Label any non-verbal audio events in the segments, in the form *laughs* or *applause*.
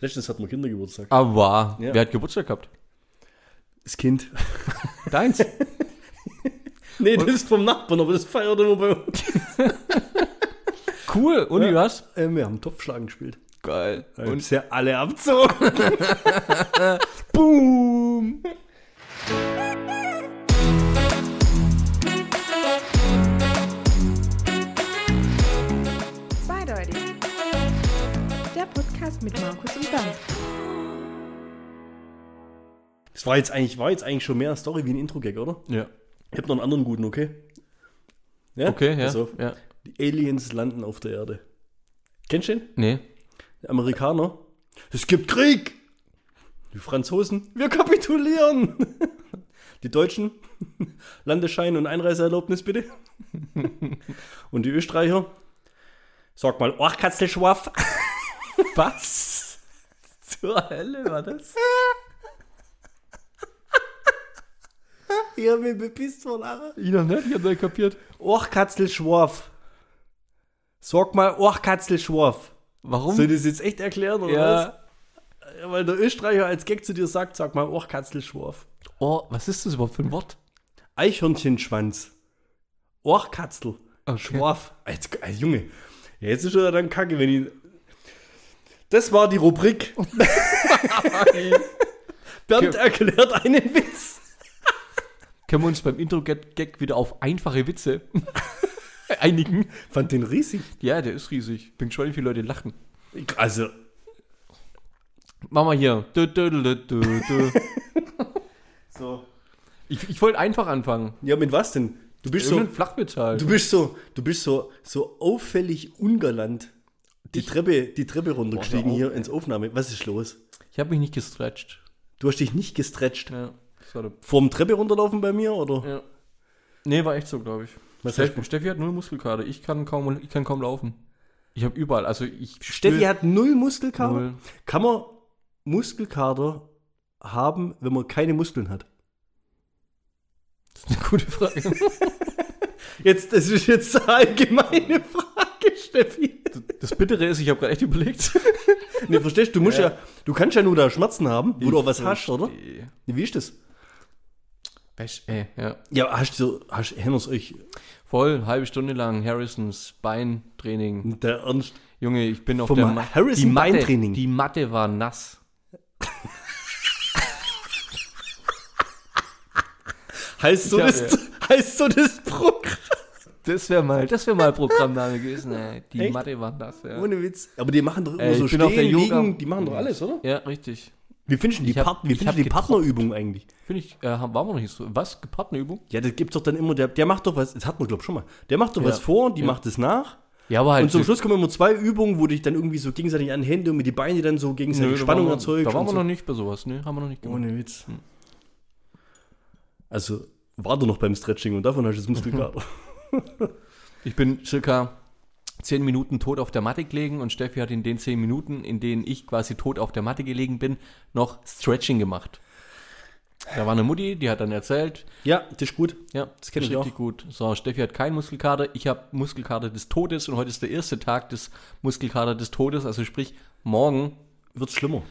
Letztens hatten wir Kindergeburtstag. Aber Ja. wer hat Geburtstag gehabt? Das Kind. Deins. *laughs* Nee, das ist vom Nachbarn, aber das feiert immer bei uns. *laughs* cool. Und wie war's? Äh, wir haben Topfschlagen gespielt. Geil. Und ist ja alle abzogen. Boom. Zweideutig. Der Podcast mit Markus und Bernd. *laughs* Das war jetzt eigentlich, war jetzt eigentlich schon mehr eine Story wie ein Intro-Gag, oder? Ja. Ich hab noch einen anderen guten, okay? Ja? Okay, ja. Pass auf. ja. Die Aliens landen auf der Erde. Kennst du den? Nee. Die Amerikaner. Es gibt Krieg! Die Franzosen. Wir kapitulieren! Die Deutschen. Landeschein und Einreiseerlaubnis bitte. Und die Österreicher. Sag mal, ach Katzelschwaff. Was? Zur Hölle war das? Ich hab mich bepisst vor Lachen. Ich noch nicht, ich hab nicht kapiert. Ach Katzelschwaff. Sag mal, ach Katzelschwaff. Warum? Soll ich das jetzt echt erklären oder ja. was? Weil der Österreicher als Gag zu dir sagt, sag mal, ach Katzelschwaff. Oh, was ist das überhaupt für ein Wort? Eichhörnchenschwanz. Ohrkatzel. Okay. Schwarf. Als, als ah, Junge. Ja, jetzt ist er dann kacke, wenn ich. Das war die Rubrik. Bernd Okay. erklärt einen Witz. Können wir uns beim Intro-Gag wieder auf einfache Witze *laughs* einigen? Fand den riesig. Ja, der ist riesig. Bin gespannt, wie viele Leute lachen. Ich- Also, Machen wir hier. Du, du, du, du, du. so. Ich, ich wollte einfach anfangen. Ja, mit was denn? Du bist so. Irgendein Flachwitz halt. Du bist so, du bist so, so auffällig ungalant die Treppe, die Treppe runtergestiegen auf, hier ins Aufnahme. Was ist los? Ich habe mich nicht gestretcht. Du hast dich nicht gestretcht. Ja, das war der Vorm Treppe runterlaufen bei mir, oder? Ja. Nee, war echt so, glaube ich. Was Steffi, Steffi hat null Muskelkater. Ich kann kaum, ich kann kaum laufen. Ich habe überall, also ich Steffi spür- hat null Muskelkater. Null. Kann man Muskelkater haben, wenn man keine Muskeln hat? Das ist eine *laughs* gute Frage. Jetzt, das ist jetzt eine allgemeine Frage, Steffi. Das Bittere ist, ich habe gerade echt überlegt. Ne, verstehst du? Du musst ja. du kannst ja nur da Schmerzen haben, wo du auch was hast, oder? Verstehe. Nee, Wie ist das? Weißt, ey, ja. Ja, hast du, so- hast, erinnerst euch, Voll, halbe Stunde lang Harrisons Beintraining. der Ernst, Junge, ich bin auf Vom der Ma- Harrison die Matte, Beintraining. Die Matte war nass. heißt so, Ich hab, das, heißt so das Programm? Das wäre mal, das wäre mal Programmname gewesen. Ey. Die Echt? Matte war nass, ja. Ohne Witz. Aber die machen doch immer Ey, ich so bin auf der Yoga- liegen, die machen doch alles, oder? Ja, richtig. Wie findest du die, Ich hab- Part, wie ich findest hab du die Partnerübung eigentlich? Finde ich, äh, haben- waren wir noch nicht so. Was? Gepaarte Übung? Ja, das gibt's doch dann immer, der, der macht doch was, das hatten wir, glaube ich, schon mal. Der macht doch was vor, die macht es nach. Ja, aber halt. Und zum Schluss kommen immer zwei Übungen, wo dich dann irgendwie so gegenseitig an die Hände und mit die Beine dann so gegenseitig Nö, da Spannung waren wir- erzeugt. Da waren und wir so. noch nicht Hm. bei sowas, ne? Haben wir noch nicht gemacht. Ohne Witz. Also war du noch beim Stretching und davon hast du das *laughs* Muskelkater. Ich bin circa zehn Minuten tot auf der Matte gelegen und Steffi hat in den zehn Minuten, in denen ich quasi tot auf der Matte gelegen bin, noch Stretching gemacht. Da war eine Mutti, die hat dann erzählt, ja, das ist gut. ja, das kenn ich richtig gut. So, Steffi hat keinen Muskelkater, ich habe Muskelkater des Todes und heute ist der erste Tag des Muskelkater des Todes, also sprich morgen, Wird schlimmer.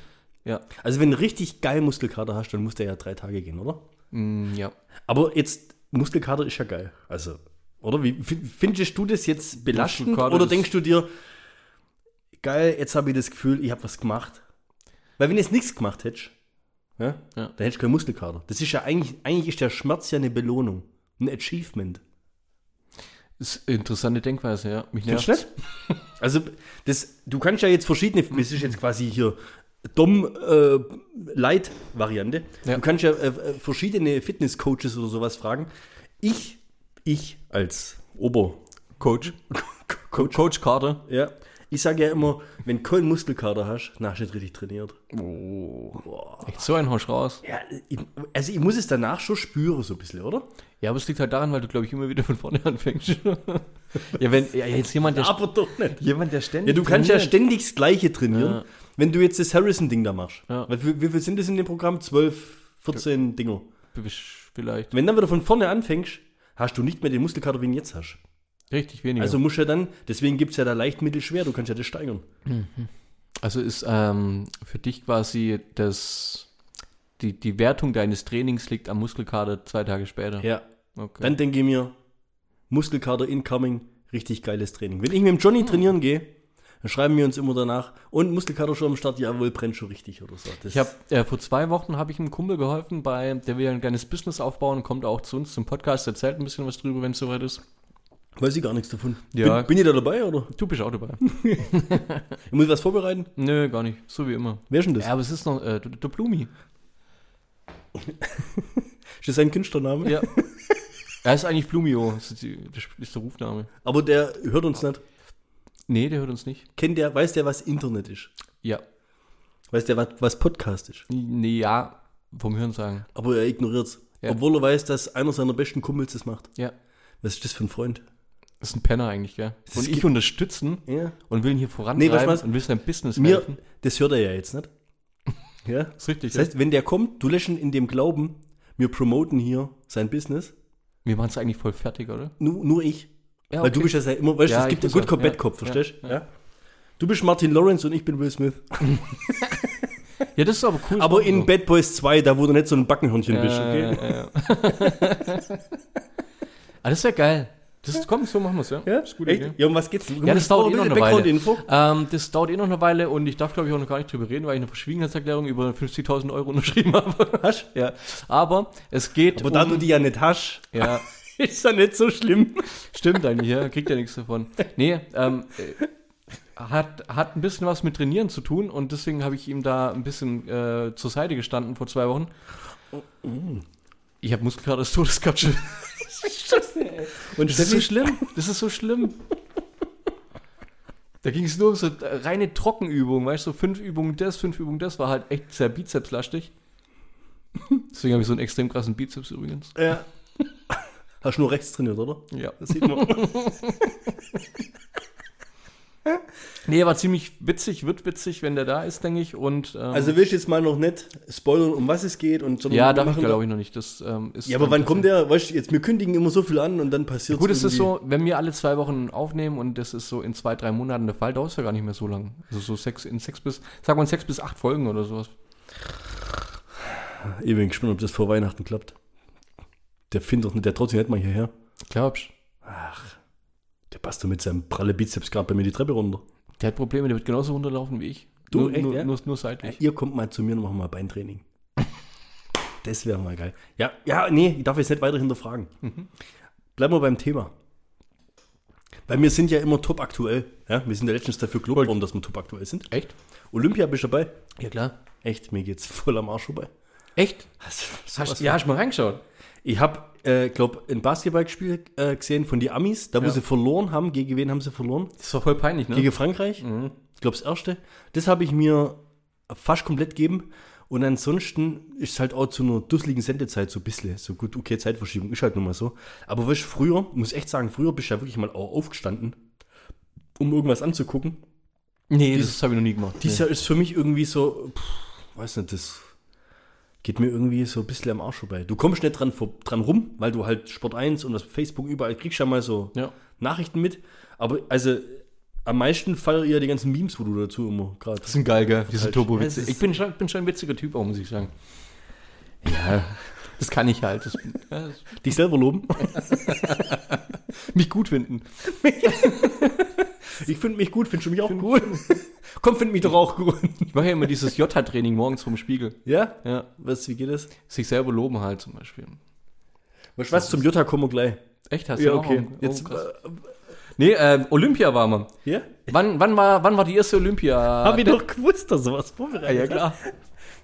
ja, Also wenn du richtig geil Muskelkater hast, dann muss der ja drei Tage gehen, oder? mm, ja. Aber jetzt, Muskelkater ist ja geil. Also, oder? Wie fin- findest du das jetzt belastend? Muskelkater Oder ist- denkst du dir, geil, jetzt habe ich das Gefühl, ich habe was gemacht? Weil wenn du jetzt nichts gemacht hättest, ja, Ja. dann hättest du keinen Muskelkater. Das ist ja eigentlich, eigentlich ist der Schmerz ja eine Belohnung. Ein Achievement. Ist eine interessante Denkweise, ja. Mich nervt's. Findest du nicht? Also, das, du kannst ja jetzt verschiedene, das ist jetzt quasi hier Dom-Light-Variante. Ja. Du kannst ja äh, äh, verschiedene Fitness-Coaches oder sowas fragen. Ich, ich als *laughs* Coach. Coach. Coach Carter. Ja. Ich sage ja immer, wenn du keinen Muskelkater hast, dann hast du nicht richtig trainiert. Echt so ein Hausch raus. Ja, ich, also ich muss es danach schon spüren, so ein bisschen, oder? Ja, aber es liegt halt daran, weil du, glaube ich, immer wieder von vorne *laughs* anfängst. ja, wenn ja, jetzt jemand, der, Aber doch nicht. jemand, der ständig. Ja, du kannst ja trainiert. ständig das Gleiche trainieren, Ja. wenn du jetzt das Harrison-Ding da machst. Ja. Weil wie, wie viel sind das in dem Programm? 12, 14 Dinger. Vielleicht. Wenn dann wieder von vorne anfängst, hast du nicht mehr den Muskelkater, wie du ihn jetzt hast. Richtig weniger. Also musst du ja dann, deswegen gibt es ja da leicht, mittel, schwer, du kannst ja das steigern. Also ist ähm, für dich quasi das, die, die Wertung deines Trainings liegt am Muskelkater zwei Tage später. Ja. Okay. Dann denke ich mir, Muskelkater incoming, richtig geiles Training. Wenn ich mit dem Johnny trainieren gehe, dann schreiben wir uns immer danach und Muskelkater schon am Start, jawohl, brennt schon richtig oder so. Das- Ich habe äh, vor zwei Wochen habe ich einem Kumpel geholfen, bei der will ja ein kleines Business aufbauen, kommt auch zu uns zum Podcast, erzählt ein bisschen was drüber, wenn es soweit ist. weiß ich gar nichts davon. Ja. Bin, bin ich da dabei oder? Du bist *laughs* auch dabei. Ich muss was vorbereiten? Nö, gar nicht. So wie immer. Wer ist denn das? Ja, aber es ist noch äh, der- der Blumi. Ist das sein Künstlername? Ja. er ist eigentlich Blumio. Das ist, die, das ist der Rufname. Aber der hört uns nicht. Nee, der hört uns nicht. Kennt der, weiß der, was Internet ist? Ja. Weiß der, was, was Podcast ist? Nee, ja. Vom Hören sagen. Aber er ignoriert's. Ja. Obwohl er weiß, dass einer seiner besten Kumpels das macht. Ja. Was ist das für ein Freund? Das ist ein Penner eigentlich, gell? Und gibt- ich unterstützen Ja. und will ihn hier vorantreiben weißt du was? und will sein Business Mir, helfen. das hört er ja jetzt *laughs* nicht. Ja. Ist richtig. Das heißt, wenn der kommt, du lässt ihn in dem Glauben, wir promoten hier sein Business. wir machen es eigentlich voll fertig, oder? Nur, nur ich. Ja, Weil du bist ja immer, weißt du, Ah, Ja, es ich gibt ja muss Good auch, Cop, ja. Bad Cop, Ja, verstehst du? Ja. Du bist Martin Lawrence und ich bin Will Smith. ja, das ist aber cool. Aber in So. Bad Boys 2, da wo du nicht so ein Backenhörnchen bist, Ja, okay? ja, ja. *laughs* ah, das ist ja geil. Das ist, komm, so machen wir es, ja? Ja, Ist eine Echt? Idee. ja um was geht's? Ja, das dauert eh noch eine Weile. Info. Ähm, das dauert eh noch eine Weile und ich darf, glaube ich, auch noch gar nicht drüber reden, weil ich eine Verschwiegenheitserklärung über 50.000 Euro unterschrieben *laughs* habe. Hast? ja. Aber es geht um- Aber da du die ja nicht hast, *laughs* ja, ist ja nicht so schlimm. stimmt eigentlich, ja, kriegt ja nichts davon. Nee, ähm, äh, hat, hat ein bisschen was mit Trainieren zu tun und deswegen habe ich ihm da ein bisschen äh, zur Seite gestanden vor zwei Wochen. Ich habe Muskelkater des Todes gehabt. *laughs* schon. Und Das ist so Steffi, schlimm. Das ist so schlimm. Da ging es nur um so äh, reine Trockenübungen, weißt du, so fünf Übungen das, fünf Übungen das, war halt echt sehr bizepslastig. Deswegen habe ich so einen extrem krassen Bizeps übrigens. ja. *laughs* hast du nur rechts trainiert, oder? Ja. Das sieht *laughs* man. Nee, war ziemlich witzig, wird witzig, wenn der da ist, denke ich. Und ähm, Also will ich jetzt mal noch nicht spoilern, um was es geht. Und sondern ja, wir darf ich machen- ne? glaube ich noch nicht. Das ähm, ist. Ja, aber wann kommt der? Weißt du, jetzt, wir kündigen immer so viel an und dann passiert Gut, es ist so, wenn wir alle zwei Wochen aufnehmen und das ist so in zwei, drei Monaten der Fall, dauert es ja gar nicht mehr so lang. Also so sechs, in sechs bis, sag mal, in sechs bis acht Folgen oder sowas. Ich bin gespannt, ob das vor Weihnachten klappt. Der findet doch nicht, der trotzdem nicht mal hierher. Glaubst Ach, der passt doch mit seinem pralle Bizeps gerade bei mir die Treppe runter. Der hat Probleme, der wird genauso runterlaufen wie ich. Du, nur, echt, nur, ja? nur, nur seitlich. Ihr kommt mal zu mir und machen mal Beintraining. Das wäre mal geil. Ja, ja, nee, ich darf jetzt nicht weiter hinterfragen. Mhm. Bleiben wir beim Thema. Weil wir sind ja immer top aktuell. Ja? Wir sind ja letztens dafür gelobt worden, dass wir top aktuell sind. Echt? Olympia bist du dabei? Ja, klar. Echt, mir geht's voll am Arsch vorbei. Echt? Das- Hast, sowas ja, hast du mal reingeschaut? Also, Ich habe, äh, glaube ein Basketballspiel äh, gesehen von die Amis, da wo Ja. sie verloren haben. Gegen wen haben sie verloren? Das war voll peinlich, ne? Gegen Frankreich. Ich glaube, das erste. Das habe ich mir fast komplett gegeben. Und ansonsten ist es halt auch zu einer dusseligen Sendezeit so ein bisschen. So gut, okay, Zeitverschiebung ist halt nun mal so. Aber weißt, du, früher, muss echt sagen, früher bist du ja wirklich mal auch aufgestanden, um irgendwas anzugucken. nee, das habe ich noch nie gemacht. Dies Jahr ist für mich irgendwie so, pff, weiß nicht, das geht mir irgendwie so ein bisschen am Arsch vorbei. Du kommst nicht dran, vor- dran rum, weil du halt Sport 1 und das Facebook überall kriegst ja mal so Ja. Nachrichten mit. Aber also am meisten fallen ja die ganzen Memes, wo du dazu immer gerade. Das halt- sind geil, gell? Die sind Falsch. Turbo-Witze. Es ist- Ich bin schon, bin schon ein witziger Typ, auch muss ich sagen. Ja, das kann ich halt. Das, ja, das, Dich selber *laughs* loben. mich gut finden. Ich finde mich gut, finde mich auch gut. *laughs* Komm, find mich doch auch gut. Ich mache ja immer dieses Jota-Training morgens vorm Spiegel. Ja? Ja, Was, wie geht das? sich selber loben halt zum Beispiel. Weißt du was, zum Jutta kommen wir gleich. Echt, hast Ja, du auch okay. Oh, Jetzt, Jetzt, nee, ähm, Olympia war man. Ja? Ah, Wann, wann, war, wann war die erste Olympia? Hab ich doch gewusst, dass sowas vorbereitet ja, klar.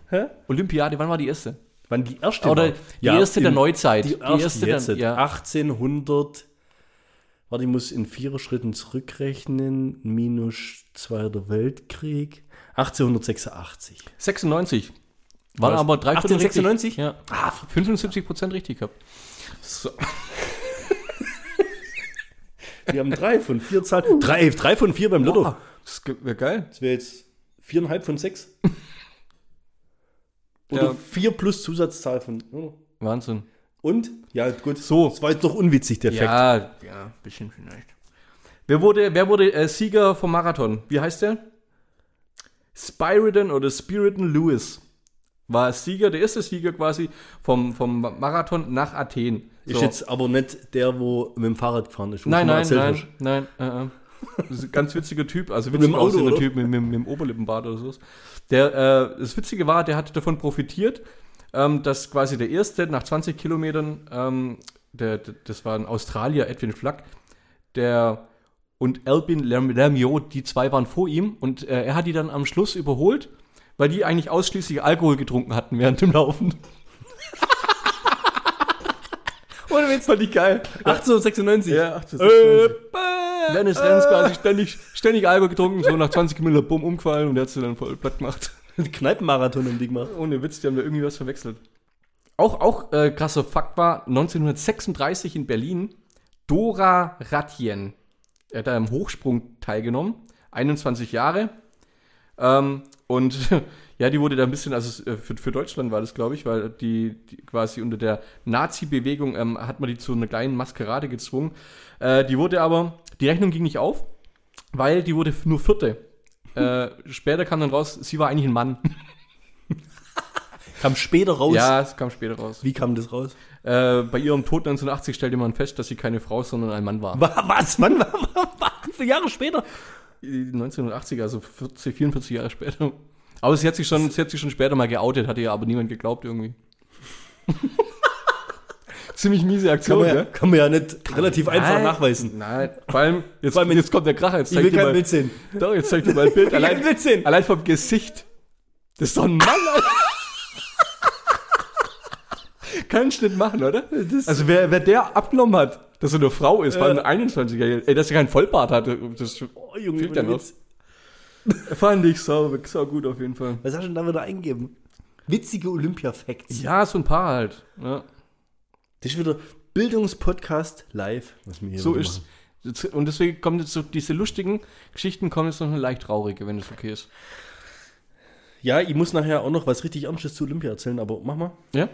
Genau. Hä? Olympiade, wann war die erste? Wann die erste Oder war? die erste der im- Neuzeit. Die erste, jetzt, der, ja. 1800. Warte, ich muss in vier Schritten zurückrechnen. Minus Zweiter Weltkrieg. 1886. 96. Waren Was? aber drei Viertel 1896? Richtig. Ja. Ah, 75 Prozent richtig gehabt. wir haben drei von vier Uh. Zahlen. Drei, drei von vier beim Oh. Lotto. Ah, Das wäre geil. Das wäre jetzt viereinhalb von *laughs* sechs. Oder Ja. vier plus Zusatzzahl von. Wahnsinn. Und? Ja, gut. So. Das war jetzt doch unwitzig, der Fact. Ja, ja, ein bisschen vielleicht. Wer wurde, wer wurde äh, Sieger vom Marathon? Wie heißt der? Spiriton oder Spiriton Lewis war Sieger, der erste Sieger quasi vom, vom Marathon nach Athen. Ist jetzt aber nicht der, wo mit dem Fahrrad gefahren ist. wo nein, du mal nein, erzählt nein, hast. nein, äh, äh. Das ist ein ganz witziger Typ, also Mit dem witziger Auto, aussehender oder? Typ mit, mit, mit dem Oberlippenbart oder sowas. Der, äh, das Witzige war, der hat davon profitiert, ähm, dass quasi der erste nach 20 Kilometern, ähm, der, der, das war ein Australier, Edwin Flack, der und Albin Lam- Lamioth, die zwei waren vor ihm und äh, er hat die dann am Schluss überholt, weil die eigentlich ausschließlich Alkohol getrunken hatten während dem Laufen. *laughs* Ohne Witz, fand ich geil. 1896. Ja, ach, das Äh, Während des Rennens quasi ständig, ständig Alkohol getrunken, so nach 20 Kilometern bumm umgefallen und der hat sie dann voll platt gemacht. *laughs* Kneipenmarathon im Ding gemacht. Ohne Witz, die haben da irgendwie was verwechselt. Auch, auch äh, krasser Fakt war, 1936 in Berlin, Dora Ratjen, er hat da im Hochsprung teilgenommen, 21 Jahre. Ähm, und *laughs* ja, die wurde da ein bisschen, also äh, für, für Deutschland war das, glaube ich, weil die, die quasi unter der Nazi-Bewegung ähm, hat man die zu einer kleinen Maskerade gezwungen. Äh, die wurde aber, die Rechnung ging nicht auf, weil die wurde nur Vierte. Äh, später kam dann raus, sie war eigentlich ein Mann. Kam später raus. Ja, es kam später raus. Wie kam das raus? Äh, bei ihrem Tod 1980 stellte man fest, dass sie keine Frau, sondern ein Mann war. Wa- Was? Wann? Wie viele Jahre später? 1980, also 40, 44 Jahre später. Aber sie hat sich schon, sie hat sich schon später mal geoutet, hatte ihr aber niemand geglaubt irgendwie. *laughs* Ziemlich miese Kann Aktion, man, ja, ja? kann man ja nicht relativ einfach Nein. nachweisen. Nein, vor allem, jetzt, Vor allem jetzt kommt der Kracher, jetzt Ich will zeigt ihr keinen mal, Witz sehen. doch, jetzt zeigt ihr mal ein *laughs* Bild, allein, keinen Witz sehen. allein vom Gesicht. Das ist doch ein Mann, *laughs* Alter. Keinen Schnitt machen, oder? also wer, wer der abgenommen hat, dass er eine Frau ist, war Ja. ein 21er, ey, dass er keinen Vollbart hatte, das Oh, Junge, Fehlt ohne ja noch. Witz. fand ich so, so gut auf jeden Fall. Was hast du denn da wieder eingegeben? Witzige Olympia-Facts. Ja, so ein paar halt. Ja. Das ist wieder Bildungspodcast live. Was wir hier So wieder ist machen. Und deswegen kommen jetzt so diese lustigen Geschichten, kommen jetzt noch eine leicht traurige, wenn es okay ist. Ja, ich muss nachher auch noch was richtig Ernstes zu Olympia erzählen, aber mach mal. Ja?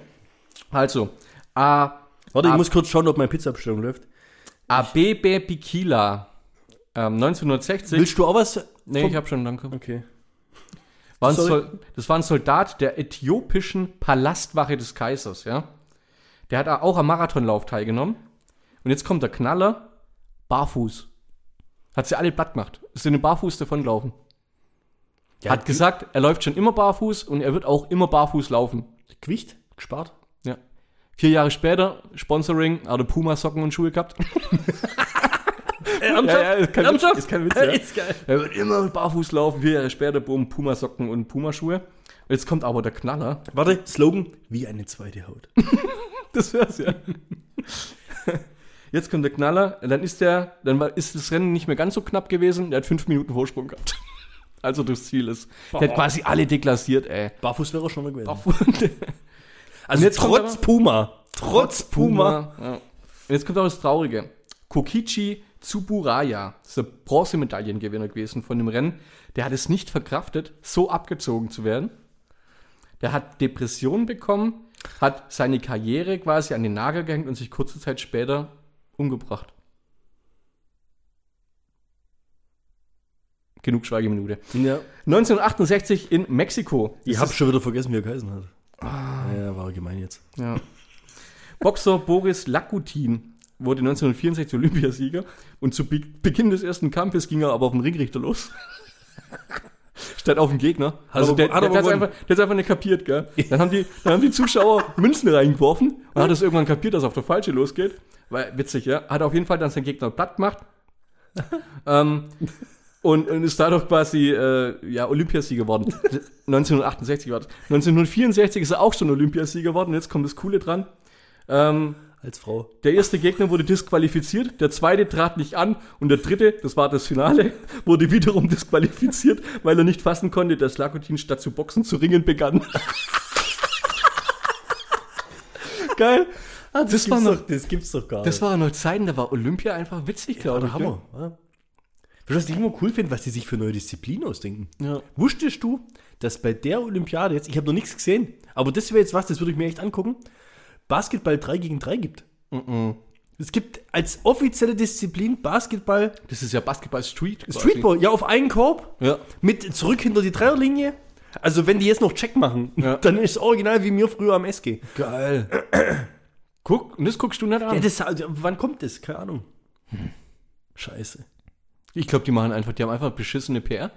Also, A. Warte, ich Ab- muss kurz schauen, ob meine Pizzabestellung läuft. Abebe Bikila. Ähm, 1960. Willst du auch was? Nee, ich habe schon, danke. Okay. War ein Sorry. Sol das war ein Soldat der äthiopischen Palastwache des Kaisers, ja. Der hat auch am Marathonlauf teilgenommen. Und jetzt kommt der Knaller. Barfuß. Hat sie alle platt gemacht. Ist in den Barfuß davongelaufen. Ja, hat gesagt, er läuft schon immer barfuß und er wird auch immer barfuß laufen. Gewicht gespart. Ja. Vier Jahre später, Sponsoring, hat er Puma-Socken und Schuhe gehabt. *laughs* Ernsthaft? Ja, ja, ist kein Witz, Ernsthaft? ist kein Witz, ja. ist geil. Er wird immer barfuß laufen, vier Jahre später, boom, Puma-Socken und Pumaschuhe. Jetzt kommt aber der Knaller. Warte, Slogan, wie eine zweite *laughs* Haut. Das *laughs* wär's ja. Jetzt kommt der Knaller, dann ist der, dann war, ist das Rennen nicht mehr ganz so knapp gewesen, der hat fünf Minuten Vorsprung gehabt. *laughs* Also durchs Ziel ist. Der hat quasi alle deklassiert, ey. Barfuß wäre schon mal gewesen. *laughs* Barfuß. Also jetzt kommt trotz Puma. Trotz Puma. Ja. Und jetzt kommt auch das Traurige. Kokichi Tsuburaya ist der Bronzemedaillengewinner gewesen von dem Rennen. Der hat es nicht verkraftet, so abgezogen zu werden. Der hat Depressionen bekommen, hat seine Karriere quasi an den Nagel gehängt und sich kurze Zeit später umgebracht. Genug Schweigeminute. Ja. 1968 in Mexiko. Ich Das Ah. habe schon wieder vergessen, wie er geheißen hat. Ja, war gemein jetzt. Ja. Boxer Boris Lakutin wurde 1964 Olympiasieger und zu Be Beginn des ersten Kampfes ging er aber auf den Ringrichter los. *laughs* Statt auf den Gegner. Also aber- der, hat aber der, der hat gewonnen. einfach, der hat's einfach nicht kapiert, gell? Dann haben die, dann haben die Zuschauer Münzen reingeworfen und hat es irgendwann kapiert, dass er auf der Falsche losgeht. Weil, witzig, ja. Hat auf jeden Fall dann seinen Gegner *laughs* platt gemacht. ähm, und, und ist dadurch quasi äh, ja, Olympiasieger *laughs* geworden. 1968 war das. 1964 ist er auch schon Olympiasieger geworden. Jetzt kommt das Coole dran. Ähm, Als Frau. der erste Gegner wurde disqualifiziert, der zweite trat nicht an und der dritte, das war das Finale, *laughs* wurde wiederum disqualifiziert, weil er nicht fassen konnte, dass Lakutin statt zu boxen zu ringen begann. *laughs* Geil. Ah, das, war noch, doch, das gibt's doch gar das war noch Zeiten, da war Olympia einfach witzig, war glaube der Hammer. Ja. Weißt du, was ich immer cool finde, was die sich für neue Disziplinen ausdenken? Ja. Wusstest du, dass bei der Olympiade jetzt, ich habe noch nichts gesehen, aber das wäre jetzt was, das würde ich mir echt angucken, Basketball 3 gegen 3 gibt? Es gibt als offizielle Disziplin Basketball, Das ist ja Basketball Street. quasi. Streetball, ja, auf einen Korb, Ja. mit zurück hinter die Dreierlinie. Also, wenn die jetzt noch Check machen, Ja. dann ist es original wie mir früher am SG. Geil. Guck, und das guckst du nicht an. Ja, das, also, wann kommt das? Keine Ahnung. Scheiße. ich glaube, die machen einfach, die haben einfach beschissene PR.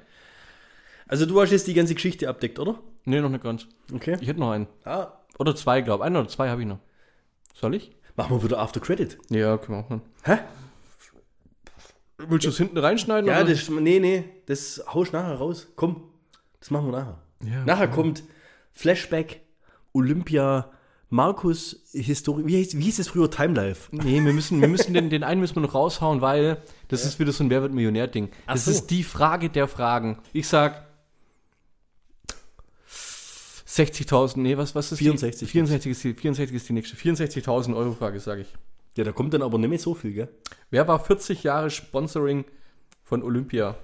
Also, du hast jetzt die ganze Geschichte abdeckt, oder? Nee, noch nicht ganz. Okay. Ich hätte noch einen. Ah, Oder zwei, glaube ich. Einen oder zwei habe ich noch. Soll ich? machen wir wieder After Credit. Ja, können wir auch machen. Hä? Willst du es hinten reinschneiden? Ja, oder? das, nee, nee, das haust nachher raus. Komm, das machen wir nachher. Ja, nachher kommt Flashback, Olympia, Markus, Historie, wie hieß, wie hieß es früher, Time Life? Nee, wir müssen, wir müssen den, den einen müssen wir noch raushauen, weil das ist wieder so ein Wer wird Millionär-Ding. Ach Das so. ist die Frage der Fragen. Ich sag 60.000, nee, was, was ist 64. die? 64 ist die, 64 ist die nächste. 64.000 Euro Frage, sage ich. Ja, da kommt dann aber nicht mehr so viel, gell? Wer war 40 Jahre Sponsoring von Olympia?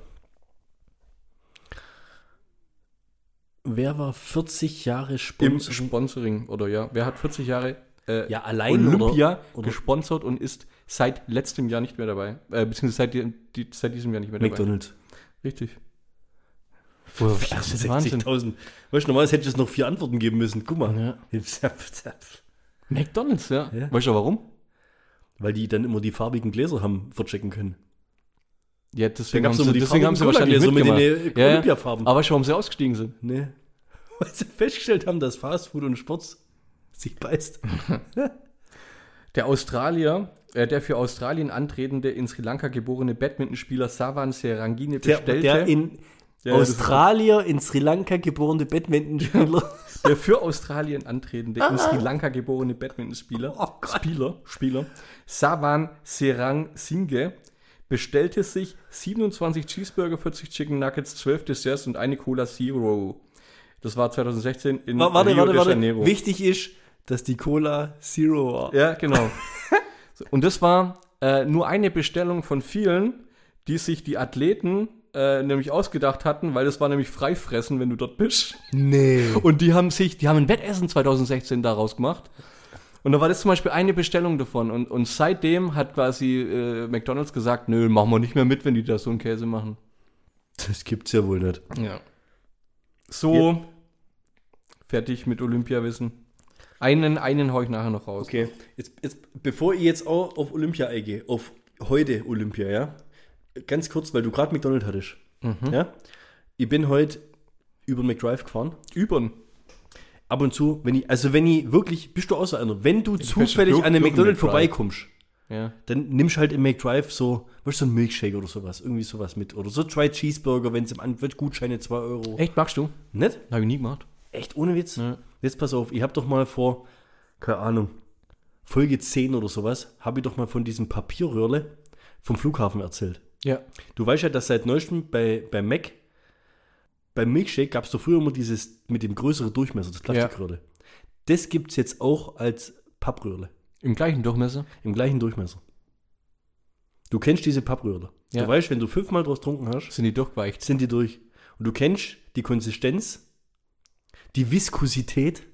Wer war 40 Jahre Im Sponsor? Sponsoring, oder ja? Wer hat 40 Jahre äh, Ja, allein Olympia oder, oder gesponsert und ist seit letztem Jahr nicht mehr dabei? Äh, beziehungsweise seit, die, die, seit diesem Jahr nicht mehr dabei. McDonalds. Richtig. das ist Wahnsinn. 64.000. Weißt du, normalerweise hätte es noch vier Antworten geben müssen. Guck mal. *laughs* Ja. Weil McDonalds, ja. Ja. Weißt du warum? die dann immer die farbigen Gläser haben verchecken können. Ja, deswegen Da haben gab's sie, immer die deswegen haben sie wahrscheinlich Cola-Gläser mit mitgemacht. den, äh, ja, ja. Olympiafarben. Aber weißt du, warum sie ausgestiegen sind? Nee. Ne? *laughs* Weil sie festgestellt haben, dass Fastfood und Sport sich beißt. Der Australier, äh, der für Australien antretende, in Sri Lanka geborene Badmintonspieler Savan Serangini Der, bestellte, der in Ja, das ist- Australier, in Sri Lanka geborene *laughs* Badmintonspieler. der für Australien antretende, in Sri Lanka geborene Badmintonspieler, Oh Gott. Spieler, Spieler, Savan Serang Singhe, bestellte sich 27 Cheeseburger, 40 Chicken Nuggets, 12 Desserts und eine Cola Zero. Das war 2016 in Wa- *laughs* warte, Rio warte, de warte. Janeiro. Wichtig ist, dass die Cola Zero war. Ja, genau. so, und das war äh, nur eine Bestellung von vielen, die sich die Athleten äh, nämlich ausgedacht hatten, weil das war nämlich Freifressen, wenn du dort bist. Nee. Und die haben sich, die haben ein Wettessen 2016 daraus gemacht. Und da war das zum Beispiel eine Bestellung davon. Und, und seitdem hat quasi äh, McDonalds gesagt, nö, machen wir nicht mehr mit, wenn die da so einen Käse machen. Das gibt's ja wohl nicht. Ja. So, fertig mit Olympiawissen. Einen, einen hau ich nachher noch raus. Okay, jetzt, jetzt, bevor ich jetzt auch auf Olympia eingehe, auf heute Olympia, ja, ganz kurz, weil du gerade McDonald's hattest. Mhm. Ja? Ich bin heute über den McDrive gefahren. Übern. Ab und zu, wenn ich, also wenn ich wirklich, bist du außer einer, wenn du zufällig durch- an einem durch den McDonald's McDrive. vorbeikommst, Ja. dann nimmst halt im McDrive so, weißt du, so ein Milkshake oder sowas, irgendwie sowas mit. Oder so zwei Cheeseburger, wenn es im Angebot Gutscheine 2 Euro. Echt, magst du? Nicht? Habe ich nie gemacht. Echt, ohne Witz? Ja. Jetzt pass auf, ich habe doch mal vor, keine Ahnung, Folge 10 oder sowas, habe ich doch mal von diesem Papierröhrle vom Flughafen erzählt. Ja. Du weißt ja, dass seit neuestem bei, bei Mac, beim Milkshake gab es doch früher immer dieses mit dem größeren Durchmesser, das Plastikröhrle. Das gibt es jetzt auch als Pappröhrle, Im gleichen Durchmesser? im gleichen Durchmesser. Du kennst diese Pappröhrle. Ja. Du weißt, wenn du fünfmal draus getrunken hast, Sind die durchgeweicht? sind die durch. Und du kennst die Konsistenz, die Viskosität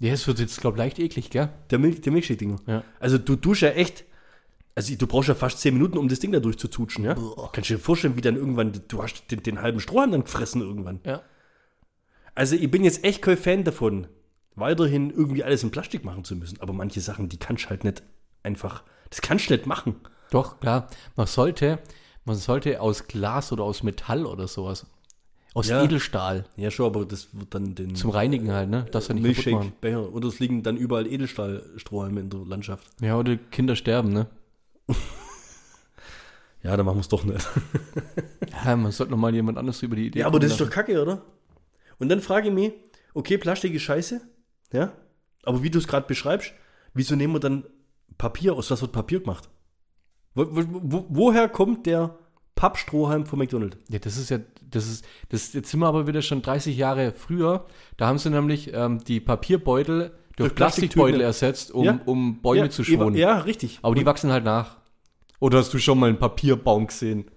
Ja, es wird jetzt, glaube ich, leicht eklig, gell? der, Milch, der Milchshake-Dinger. Ja. Also du tust ja echt, also du brauchst ja fast 10 Minuten, um das Ding da durchzuzutschen, ja? Kannst du dir vorstellen, wie dann irgendwann, du hast den, den halben Strohhalm dann gefressen irgendwann. Ja. Also ich bin jetzt echt kein Fan davon, weiterhin irgendwie alles in Plastik machen zu müssen. Aber manche Sachen, die kannst du halt nicht einfach, das kannst du nicht machen. Doch, klar. Man sollte, man sollte aus Glas oder aus Metall oder sowas. Aus Ja. Edelstahl. Ja, schon, aber das wird dann den Zum Reinigen halt, ne? Das ja nicht kaputt machen. Milchshake-Becher. Und es liegen dann überall Edelstahlstrohhalme in der Landschaft. Ja, oder Kinder sterben, ne? Ja, dann machen wir es doch nicht. Ja, man sollte nochmal jemand anderes über die Idee Ja, aber kommen das ist lassen. doch kacke, oder? Und dann frage ich mich, okay, Plastik ist scheiße, ja, aber wie du es gerade beschreibst, wieso nehmen wir dann Papier, aus was wird Papier gemacht? Wo, wo, wo, woher kommt der Pappstrohhalm von McDonald's? Ja, das ist ja, das ist, das, jetzt sind wir aber wieder schon 30 Jahre früher. Da haben sie nämlich ähm, die Papierbeutel durch, Durch Plastikbeutel Plastiktüten. ersetzt, um, Ja. um Bäume ja, zu schonen. Ja, richtig. Aber die wachsen halt nach. Oder hast du schon mal einen Papierbaum gesehen?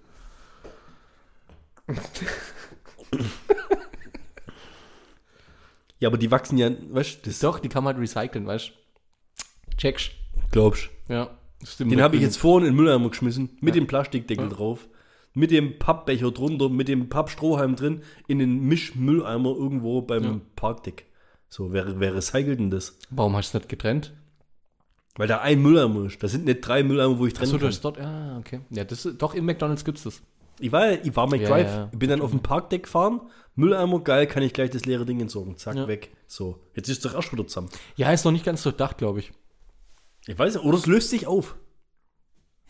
Ja, aber die wachsen ja, weißt du, das Doch, die kann man halt recyceln, weißt du? Checkst. glaubst Ja. Stimmt, Den da habe ich können- jetzt vorhin in den Mülleimer geschmissen, mit dem Plastikdeckel drauf, mit dem Pappbecher drunter, mit dem Pappstrohhalm drin, in den Mischmülleimer irgendwo beim Parkdeck. So, wer, wer recycelt denn das? Warum hast du das getrennt? Weil da ein Mülleimer ist. Da sind nicht drei Mülleimer, wo ich Achso, trennen du kann. hast dort. Ah, okay. Ja, das ist, doch, im McDonalds gibt's das. Ich war, ich war Ja, McDrive. ja, ja. Ich bin dann auf dem Parkdeck gefahren, Mülleimer, geil, kann ich gleich das leere Ding entsorgen. Zack, weg. So, jetzt ist doch auch schon wieder zusammen. Ja, ist noch nicht ganz durchdacht, glaube ich. Ich weiß nicht, oder es löst sich auf.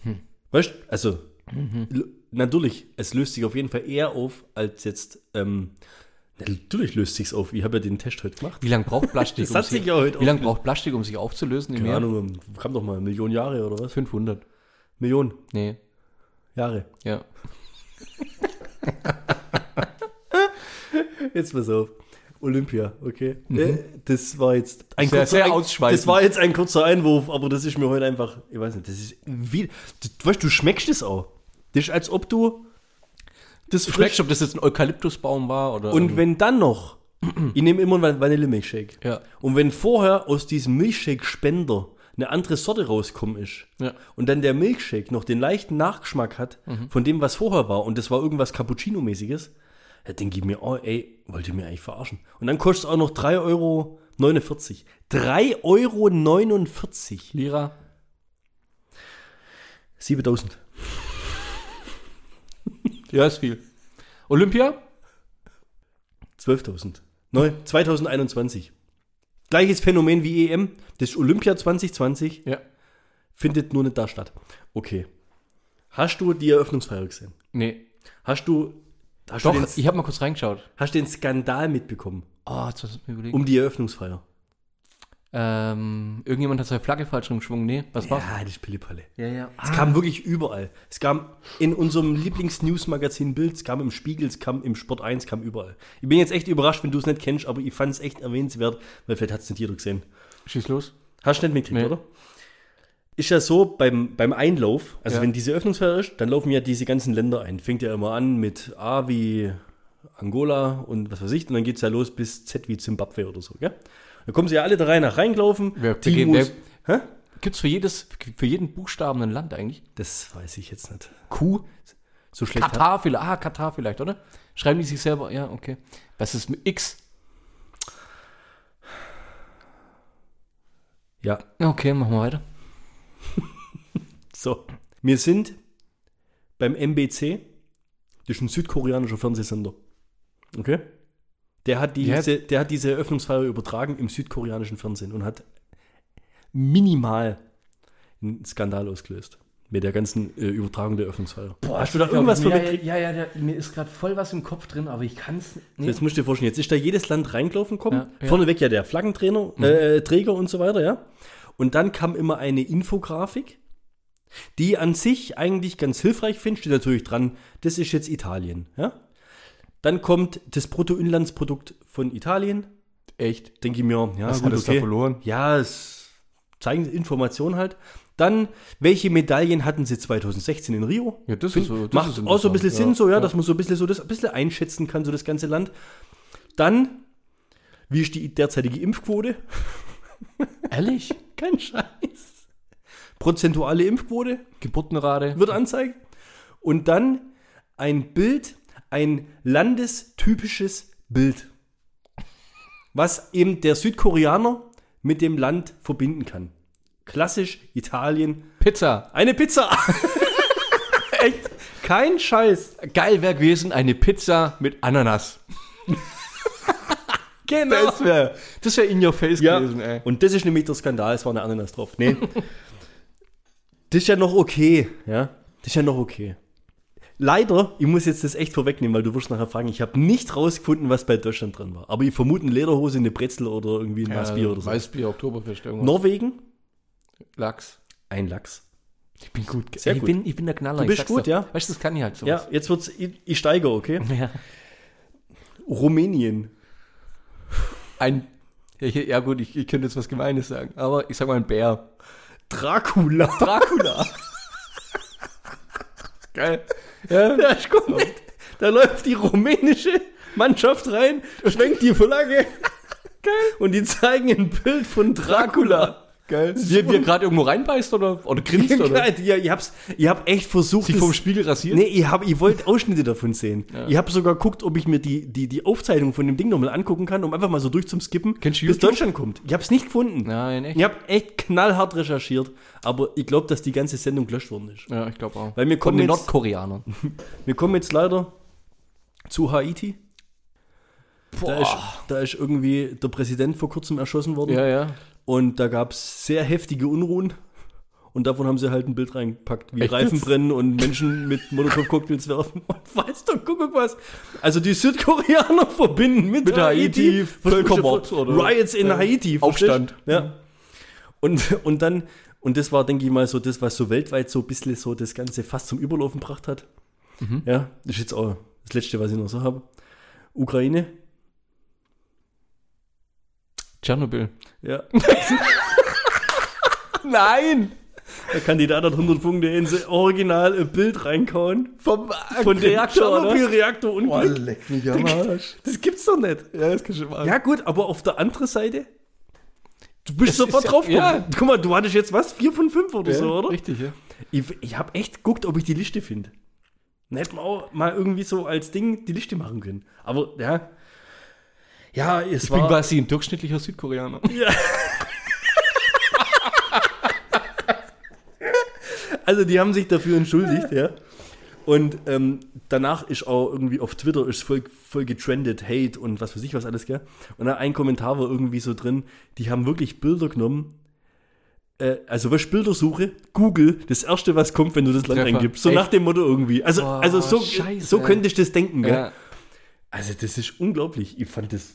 Hm. Weißt du, also, Mhm. l- natürlich, es löst sich auf jeden Fall eher auf, als jetzt, ähm, natürlich löst sich's auf. Ich habe ja den Test heute gemacht. Wie lange braucht Plastik? um Das hat sich ja heute Wie lange aufgelöst. braucht Plastik, um sich aufzulösen? Im Keine Meer? Ahnung, kam doch mal, Millionen Jahre oder was? 500. Millionen Nee, Jahre. ja. Jetzt pass auf. Olympia, okay. Äh, Das war jetzt ein Mhm. Sehr- kurzer sehr ein- ausschweifend. Das war jetzt ein kurzer Einwurf, aber das ist mir heute einfach, ich weiß nicht, das ist wie du, weißt, du schmeckst es auch. Das ist als ob du das Du frisch- schmeckst, ob das jetzt ein Eukalyptusbaum war oder. Und wenn dann noch, ich nehme immer einen Vanillemilchshake. Ja. Und wenn vorher aus diesem Milchshake-Spender eine andere Sorte rauskommen ist Ja. Mhm. und dann der Milchshake noch den leichten Nachgeschmack hat von dem, was vorher war und das war irgendwas Cappuccino-mäßiges, ja, dann gib mir, oh ey, wollt ihr mir eigentlich verarschen? Und dann kostet es auch noch 3,49 Euro. 3,49 Euro. 7900. Lira. 7000. Ja, ist viel. Olympia? 12.000. Neu, 2021. Gleiches Phänomen wie EM. Das ist Olympia 2020 Ja. findet nur nicht da statt. Okay. Hast du die Eröffnungsfeier gesehen? Nee. Hast du, hast du Doch, den, ich habe mal kurz reingeschaut. hast den Skandal mitbekommen Oh, jetzt muss ich mir überlegen. um die Eröffnungsfeier? Ähm, irgendjemand hat seine Flagge falsch rumgeschwungen. Nee, was war's? Ja, das ist Pillepalle. Ja, ja. Es kam wirklich überall. Es kam in unserem Lieblings-News-Magazin Bild, es kam im Spiegel, es kam im Sport 1, es kam überall. Ich bin jetzt echt überrascht, wenn du es nicht kennst, aber ich fand es echt erwähnenswert, weil vielleicht hat es nicht jeder gesehen. Ah. Schieß los. Hast du nicht mitgekriegt, Nee. oder? Ist ja so, beim, beim Einlauf, also Ja. wenn diese Öffnungsfeier ist, dann laufen ja diese ganzen Länder ein. Fängt ja immer an mit A wie Angola und was weiß ich, und dann geht es ja los bis Z wie Zimbabwe oder so, gell? Dann kommen sie ja alle der Reihe nach reingelaufen. Wer- Timus, hä? Gibt's für jedes, für jeden Buchstaben ein Land eigentlich? Das weiß ich jetzt nicht. Kuh? So schlecht. hat- Katar vielleicht. Ah, Katar vielleicht, oder? Schreiben die sich selber. Ja, okay. Was ist mit X? Ja, Okay, machen wir weiter. so. Wir sind beim MBC, das ist ein südkoreanischer Fernsehsender. Okay? Der hat, Ja. diese, der hat diese Eröffnungsfeier übertragen im südkoreanischen Fernsehen und hat minimal einen Skandal ausgelöst. Mit der ganzen äh, Übertragung der Eröffnungsfeier. Hast du da irgendwas von ja, mitgekriegt? ja, ja, ja, mir ist gerade voll was im Kopf drin, aber ich kann's nee. Jetzt musst du dir vorstellen, jetzt ist da jedes Land reingelaufen kommen. Ja, Mhm. ja. Vorneweg ja der Flaggentrainer, äh, Träger und so weiter, ja. Und dann kam immer eine Infografik, die an sich eigentlich ganz hilfreich finde. Steht natürlich dran, das ist jetzt Italien, ja. Dann kommt das Bruttoinlandsprodukt von Italien. Echt? Denke ich mir, ja, Was hat es da verloren? Ja, es zeigen Informationen halt. Dann, welche Medaillen hatten sie 2016 in Rio? Ja, das ist so- das macht ist auch so ein bisschen interessant, Sinn, ja, so, ja, ja. dass man so ein bisschen so das ein bisschen einschätzen kann, so das ganze Land. Dann, wie ist die derzeitige Impfquote? Ehrlich? Kein Scheiß. Prozentuale Impfquote Geburtenrate? wird angezeigt. Und dann ein Bild, ein landestypisches Bild, was eben der Südkoreaner mit dem Land verbinden kann. Klassisch Italien. Pizza. Eine Pizza. *laughs* Echt? Kein Scheiß. Geil wäre gewesen, eine Pizza mit Ananas. genau. Das wäre das wär in your face Ja. gewesen, ey. Und das ist nämlich der Skandal. Es war eine Ananas drauf. Nee. *laughs* das ist ja noch okay. Ja. Das ist ja noch okay. Leider, ich muss jetzt das echt vorwegnehmen, weil du wirst nachher fragen, ich habe nicht rausgefunden, was bei Deutschland dran war. Aber ich vermute eine Lederhose, eine Brezel oder irgendwie ein Maßbier oder so. Weißbier, Oktoberfest, irgendwas. Norwegen, Lachs. ein Lachs. Ich bin gut. Sehr ich, gut. Bin, ich bin der Knaller. Du bist ich sag's gut, dir. ja. Weißt du, das kann ich halt so. Ja, jetzt wird's, ich, ich steige, okay? ja. Rumänien. Ein, ja, hier- ja gut, ich, ich könnte jetzt was Gemeines sagen, aber ich sag mal ein Bär. Dracula. Dracula. Geil. Ähm, Ja, ist gut. Da läuft die rumänische Mannschaft rein, schwenkt die Flagge und die zeigen ein Bild von Dracula. Geil. Wie, wie er gerade irgendwo reinbeißt oder, oder *laughs* grinst oder Ja, ich hab's, ich hab echt versucht. sich das- vom Spiegel rasiert. Nee, ich, hab, ich wollte Ausschnitte davon sehen. Ich habe sogar geguckt, ob ich mir die, die, die Aufzeichnung von dem Ding nochmal angucken kann, um einfach mal so durch zum Skippen, Kennst du bis YouTube? Deutschland kommt. Ich habe es nicht gefunden. Nein, echt? Ich habe echt knallhart recherchiert, aber ich glaube, dass die ganze Sendung gelöscht worden ist. Ja, ich glaube auch. Weil mir Von kommen, den jetzt, Nordkoreanern. wir kommen jetzt leider zu Haiti. Da Boah. ist, da ist irgendwie der Präsident vor kurzem erschossen worden Ja, ja. und da gab es sehr heftige Unruhen. Und davon haben sie halt ein Bild reingepackt, wie Echt Reifen jetzt? brennen und Menschen mit Molotov-Cocktails werfen. *laughs* Und weißt du, guck was. Also die Südkoreaner *laughs* verbinden mit, Mit Haiti Haiti Völkermord oder- Riots in Ja. Haiti. verstehst? Aufstand. Ja. Und, und dann, und das war, denke ich mal, so das, was so weltweit so ein bisschen so das Ganze fast zum Überlaufen gebracht hat. Mhm. Ja, das ist jetzt auch das Letzte, was ich noch so habe. Ukraine. Tschernobyl. Ja, *laughs* Nein! der Kandidat hat 100 Punkte ins Original ein Bild reinkauen. Vom, Von dem Tschernobyl-Reaktor-Unglück. leck mich am Arsch. Das gibt's doch nicht. Ja, das kann schon mal. Ja, gut, aber auf der anderen Seite, du bist sofort ja- drauf ja. Guck mal, du hattest jetzt was? Vier von fünf oder so, oder? Richtig, ja. Ich, ich habe echt geguckt, ob ich die Liste finde. Dann hätten wir auch mal irgendwie so als Ding die Liste machen können. Aber ja. Ja, es Ich bin war. quasi ein durchschnittlicher Südkoreaner. Also, die haben sich dafür entschuldigt, ja. Und ähm, danach ist auch irgendwie auf Twitter ist voll, voll getrendet, Hate und was weiß ich was alles, gell? Und da ein Kommentar war irgendwie so drin, die haben wirklich Bilder genommen. Äh, also, was Bildersuche, Google, das erste, was kommt, wenn du das Land Treffer. eingibst. So Echt? nach dem Motto irgendwie. Also, Boah, also so, scheiße. so könnte ich das denken, gell? Ja. Also, das ist unglaublich. Ich fand das.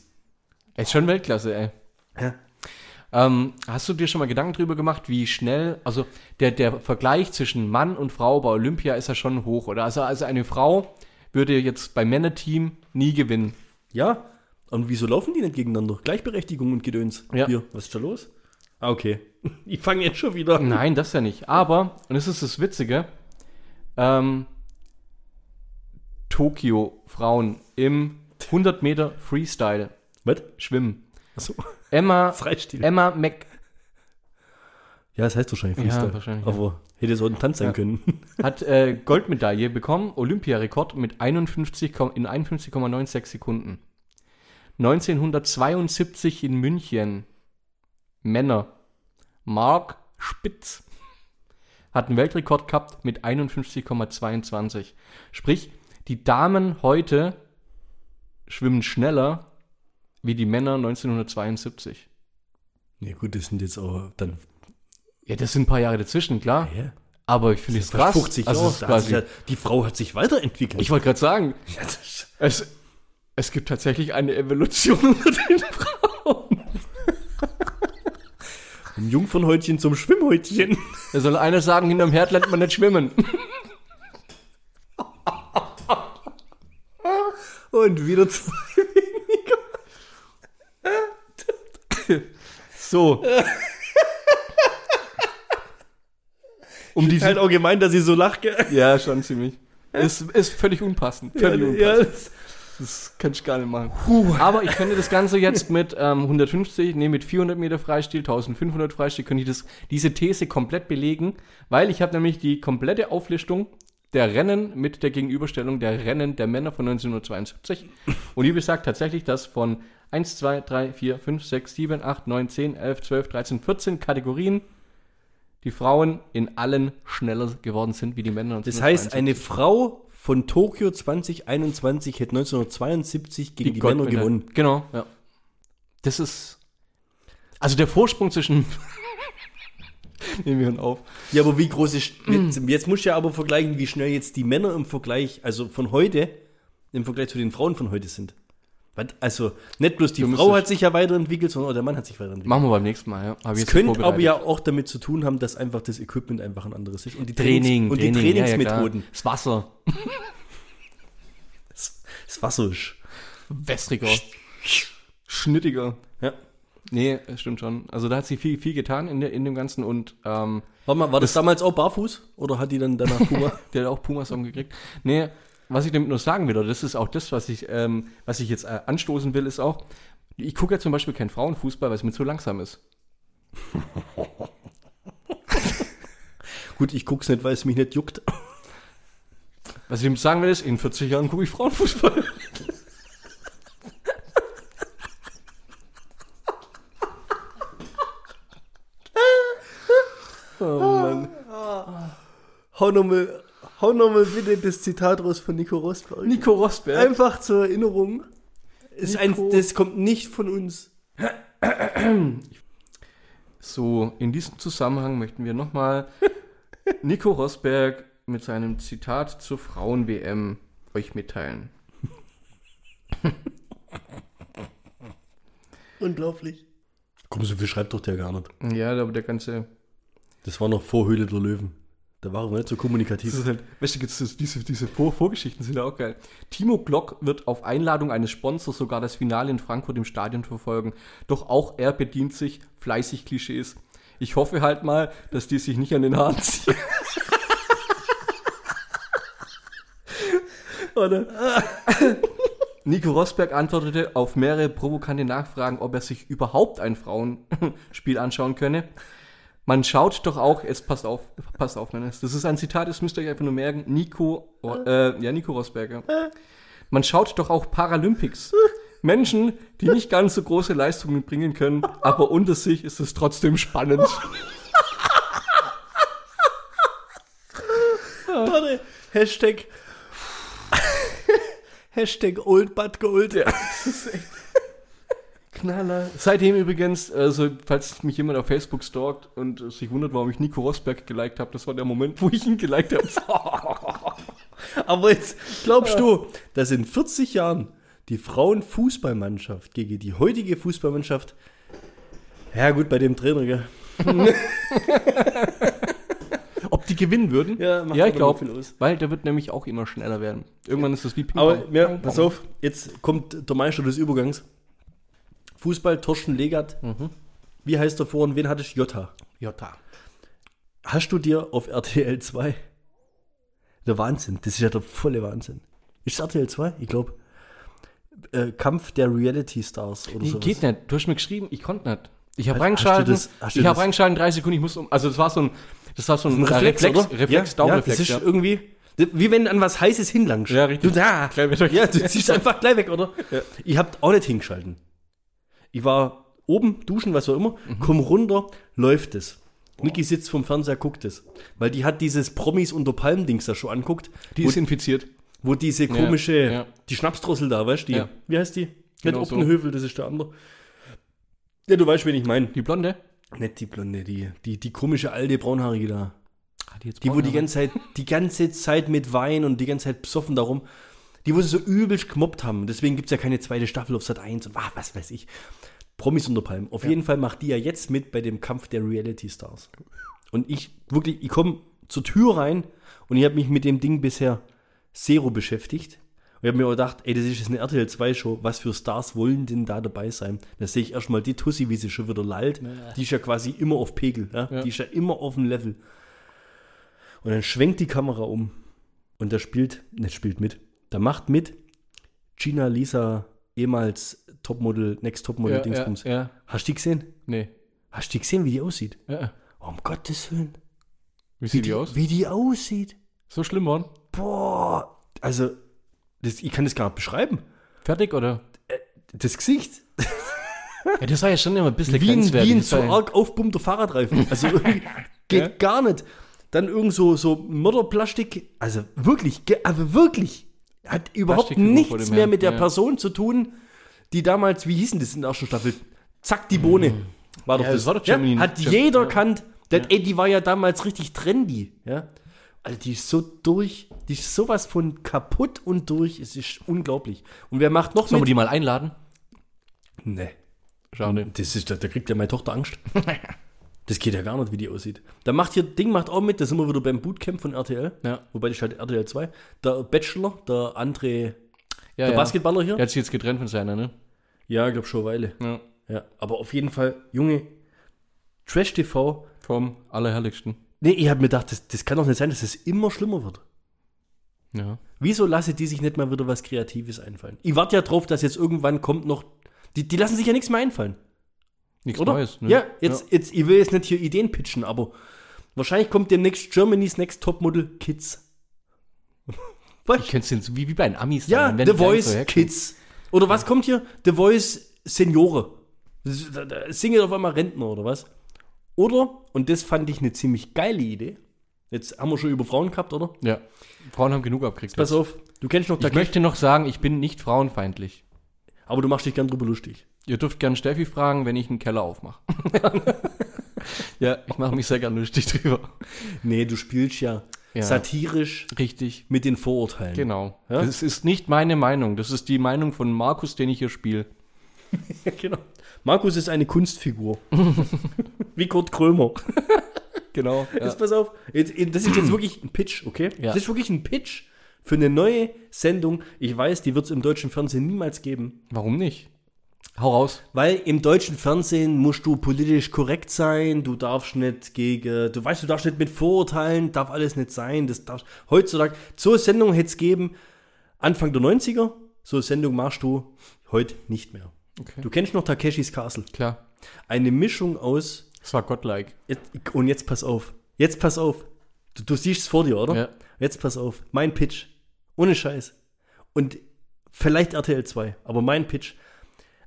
Ist schon Weltklasse, ey. Ja. Ähm, hast du dir schon mal Gedanken drüber gemacht, wie schnell, also der, der Vergleich zwischen Mann und Frau bei Olympia ist ja schon hoch, oder? Also, also eine Frau würde jetzt beim Männerteam nie gewinnen. Ja. Und wieso laufen die nicht gegeneinander? Gleichberechtigung und Gedöns. Ja. Hier, was ist da los? Ah, okay. *laughs* Ich fange jetzt schon wieder an. Nein, das ja nicht. Aber, und das ist das Witzige, ähm, Tokio Frauen im 100 Meter Freestyle Was? Schwimmen. Achso, Emma, Freistil. Emma Mac Ja, das heißt wahrscheinlich Freestyle. Ja, wahrscheinlich, ja. Aber hätte es auch ein Tanz sein können. *laughs* hat äh, Goldmedaille bekommen, Olympiarekord mit 51, Kom- in 51,96 Sekunden. 1972 in München. Männer. Mark Spitz hat einen Weltrekord gehabt mit 51,22. Sprich, die Damen heute schwimmen schneller wie die Männer 1972. Ja, gut, das sind jetzt auch dann. Ja, das sind ein paar Jahre dazwischen, klar. Ja, Aber ich finde es krass. 50 Also, Jahre. es ist Da hat sich quasi, ja, die Frau hat sich weiterentwickelt. ich wollte gerade sagen, *laughs* Ja, das ist- Es, es gibt tatsächlich eine Evolution *laughs* unter den Frauen. Vom Jungfernhäutchen zum *laughs* Schwimmhäutchen. Da soll einer sagen, hinterm Herd lernt man nicht schwimmen. Und wieder zu. So. Um die Ist halt auch gemeint, dass sie so lacht. gell? Ja, schon ziemlich. Ist, ist völlig unpassend. Völlig unpassend. das- Das kann ich gar nicht machen. Aber ich könnte das Ganze jetzt mit ähm, 150, nee, mit 400 Meter Freistil, 1500 Freistil, könnte ich das, diese These komplett belegen, weil ich habe nämlich die komplette Auflistung der Rennen mit der Gegenüberstellung der Rennen der Männer von 1972. Und die besagt tatsächlich, dass von 1, 2, 3, 4, 5, 6, 7, 8, 9, 10, 11, 12, 13, 14 Kategorien die Frauen in allen schneller geworden sind wie die Männer. Das heißt, eine Frau von Tokio 2021 hätte 1972 gegen die, Männer Goldmedaille. gewonnen. Genau, ja. Das ist. Also der Vorsprung zwischen. *laughs* Nehmen wir ihn auf. Ja, aber wie groß ist. Jetzt, jetzt musst du ja aber vergleichen, wie schnell jetzt die Männer im Vergleich, also von heute, im Vergleich zu den Frauen von heute sind. Was? Also, nicht bloß die Du Frau müsstest- hat sich ja weiterentwickelt, sondern auch der Mann hat sich weiterentwickelt. Machen wir beim nächsten Mal, ja. Hab ich Es jetzt könnte vorbereitet. aber ja auch damit zu tun haben, dass einfach das Equipment einfach ein anderes ist. Und die Training, Trainings- und die ja, ja, Trainingsmethoden. klar. das Wasser. Das Wasser ist. Wässriger. Schnittiger. Ja. Nee, das stimmt schon. Also da hat sie viel, viel getan in, der, in dem Ganzen und ähm, Warte mal, war das, damals auch barfuß? Oder hat die dann *laughs* danach Puma? Der hat auch Pumasong gekriegt. Nee, was ich damit nur sagen will, oder das ist auch das, was ich, ähm, was ich jetzt äh, anstoßen will, ist auch, ich gucke ja zum Beispiel keinen Frauenfußball, weil es mir zu langsam ist. Gut, ich guck's nicht, weil es mich nicht juckt. Was ich ihm sagen will, ist, in 40 Jahren gucke ich Frauenfußball. Hau nochmal, hau noch mal bitte das Zitat raus von Nico Rosberg. *laughs* Nico Rosberg. Einfach zur Erinnerung. Ist ein, das kommt nicht von uns. So, in diesem Zusammenhang möchten wir *laughs* nochmal Nico Rosberg mit seinem Zitat zur Frauen-WM euch mitteilen. Unglaublich. Komm, so viel schreibt doch der gar nicht. Ja, aber der ganze. Das war noch vor Höhle der Löwen. Da waren wir nicht so Das kommunikativ. ist halt, weißt du, gibt's das- diese, diese Vor Vorgeschichten sind ja auch geil. Timo Glock wird auf Einladung eines Sponsors sogar das Finale in Frankfurt im Stadion verfolgen. Doch auch er bedient sich fleißig Klischees. Ich hoffe halt mal, dass die sich nicht an den Haaren ziehen. *laughs* Oder? Nico Rosberg antwortete auf mehrere provokante Nachfragen, ob er sich überhaupt ein Frauenspiel anschauen könne. Man schaut doch auch, jetzt passt auf, passt auf, Dennis. Das ist ein Zitat, das müsst ihr euch einfach nur merken. Nico, äh, ja, Nico Rosberger. Man schaut doch auch Paralympics. Menschen, die nicht ganz so große Leistungen bringen können, aber unter sich ist es trotzdem spannend. *laughs* Warte, Hashtag. *laughs* Hashtag Old But Gold. Knaller. Seitdem übrigens, also falls mich jemand auf Facebook stalkt und äh, sich wundert, warum ich Nico Rosberg geliked habe, das war der Moment, wo ich ihn geliked habe. *laughs* Aber jetzt glaubst du, dass in 40 Jahren die Frauenfußballmannschaft gegen die heutige Fußballmannschaft. Ja, gut, bei dem Trainer, gell? Ob die gewinnen würden? Ja, macht ja ich auch noch glaube, viel aus. weil der wird nämlich auch immer schneller werden. Irgendwann ist das wie Ping Aber Pong. ja, Pong, pass Pong. auf, jetzt kommt der Meister des Übergangs. Fußball, Torsten Legat. Wie heißt der vor und wen hattest du? Jota. Mhm. Jota. Hast du dir auf RTL 2 der Wahnsinn, das ist ja der volle Wahnsinn. Ist es RTL 2? Ich glaube, äh, Kampf der Reality Stars oder Nee, sowas. geht nicht. Du hast mir geschrieben, ich konnte nicht. Ich habe Hast- hast du reingeschalten. das- hast du Ich habe das- reingeschalten, 30 Sekunden, ich muss um. Also das war so ein. Das war so ein, ja, Reflex, Reflex, ja, ja, Daumenreflex. das ist Ja, irgendwie, wie wenn du an was Heißes hinlangst. Ja, richtig. Du, da, Gleich wieder- ja, du ziehst einfach gleich weg, oder? Ich hab auch nicht hingeschalten. Ich war oben, duschen, was auch immer, Mhm. komm runter, läuft es. Niki sitzt vom Fernseher, guckt es. Weil die hat dieses Promis unter Palmen-Dings da schon anguckt. Die wo, ist infiziert. wo diese komische, ja. die Schnapsdrossel da, weißt du? die? Ja. Wie heißt die? Genau nicht so. Oppenhövel, das ist der andere. Ja, du weißt, wen ich meine. Die Blonde. Nicht die Blonde, die, die, die komische alte braunhaarige da. Ah, die, jetzt Die, wo die Blonde ganze Zeit, die ganze Zeit mit Wein und die ganze Zeit besoffen darum, die, wo sie so übelst gemobbt haben. Deswegen gibt es ja keine zweite Staffel auf Sat 1 und ah, was weiß ich. Promis unter Palmen. Auf jeden Fall macht die ja jetzt mit bei dem Kampf der Reality Stars. Und ich wirklich, ich komme zur Tür rein und ich habe mich mit dem Ding bisher zero beschäftigt. Und ich habe mir auch gedacht, ey, das ist jetzt eine RTL 2 Show, was für Stars wollen denn da dabei sein? Da sehe ich erstmal die Tussi, wie sie schon wieder lallt. Die ist ja quasi immer auf Pegel, ja? die ist ja immer auf dem Level. Und dann schwenkt die Kamera um und da spielt, nicht spielt mit, da macht mit Gina Lisa, ehemals Topmodel, Next Topmodel Ja, Dingsbums. ja, ja. Hast du die gesehen? Nee. Hast du die gesehen, wie die aussieht? Ja, ja. Oh, um Gottes Willen. Wie sieht die, aus? Wie die aussieht. So schlimm waren? Boah. Also, das, ich kann das gar nicht beschreiben. Fertig oder? Das Gesicht. Ja, das war ja schon immer ein bisschen Wie ein, grenzwertig. wie ein Das zu war ja- arg aufpumpter Fahrradreifen. Also, *laughs* irgendwie geht Ja. gar nicht. Dann irgend so, so Mörderplastik. Also, wirklich. ge- Aber wirklich. Hat überhaupt Plastikfigur vor nichts dem mehr Herrn. mit der Ja. Person zu tun, die damals, wie hießen das in der ersten Staffel? Zack, die Bohne. War doch Mhm. Ja, das. das war doch ja? Germany- Hat Gem- jeder ja. kannt. Das, Ey, die war ja damals richtig trendy. Ja? Also die ist so durch, die ist sowas von kaputt und durch. Es ist unglaublich. Und wer macht noch Sollen wir mit? die mal einladen? Nee. Schade. Das ist, da, da kriegt ja meine Tochter Angst. Das geht ja gar nicht, wie die aussieht. Da macht hier, Ding macht auch mit, da sind wir wieder beim Bootcamp von RTL. Ja. Wobei das ist halt RTL 2. Der Bachelor, der André, Ja, der ja. Basketballer hier. Der hat sich jetzt getrennt von seiner, ne? Ja, ich glaube schon eine Weile. Ja. Ja, aber auf jeden Fall, Junge, Trash TV. Vom Allerherrlichsten. Nee, ich habe mir gedacht, das, das kann doch nicht sein, dass es immer schlimmer wird. Ja. Wieso lasse die sich nicht mal wieder was Kreatives einfallen? Ich warte ja drauf, dass jetzt irgendwann kommt noch. Die, die lassen sich ja nichts mehr einfallen, Nichts oder? Neues, ne? Ja, jetzt, jetzt, ich will jetzt nicht hier Ideen pitchen, aber Wahrscheinlich kommt demnächst Germany's Next Topmodel Kids. Ich könnte es jetzt wie, wie bei den Amis Ja, sagen, wenn The die gar nicht Voice so herkommen. Kids. Oder was kommt hier? The Voice Seniore. Da- da Singen auf einmal Rentner oder was? Oder, und das fand ich eine ziemlich geile Idee. Jetzt haben wir schon über Frauen gehabt, oder? Ja. Frauen haben genug abgekriegt. Pass auf, du kennst noch ich Takeshi, möchte noch sagen, ich bin nicht frauenfeindlich. aber du machst dich gern drüber lustig. Ihr dürft gerne Steffi fragen, wenn ich einen Keller aufmache. *laughs* ja, ich mache mich sehr gerne lustig drüber. Nee, du spielst ja, Ja. satirisch Richtig. mit den Vorurteilen. Genau. Ja? Das ist nicht meine Meinung. Das ist die Meinung von Markus, den ich hier spiele. Ja, *laughs* genau. Markus ist eine *laughs* Kunstfigur. Wie Kurt Krömer. Genau. Ja. Jetzt pass auf, jetzt, jetzt- das ist jetzt wirklich ein Pitch, okay? Ja. Das ist wirklich ein Pitch für eine neue Sendung. Ich weiß, die wird es im deutschen Fernsehen niemals geben. Warum nicht? Hau raus. Weil im deutschen Fernsehen musst du politisch korrekt sein, du darfst nicht gegen, du weißt, du darfst nicht mit Vorurteilen, darf alles nicht sein. Das darfst, heutzutage, so eine Sendung hätte es geben, Anfang der 90er, so eine Sendung machst du heute nicht mehr. Okay. Du kennst noch Takeshis Castle. Klar. Eine Mischung aus Das war godlike. Jetzt, und jetzt pass auf. Jetzt pass auf. Du, du siehst es vor dir, oder? Ja. Jetzt pass auf. Mein Pitch. Ohne Scheiß. Und vielleicht RTL 2, aber mein Pitch.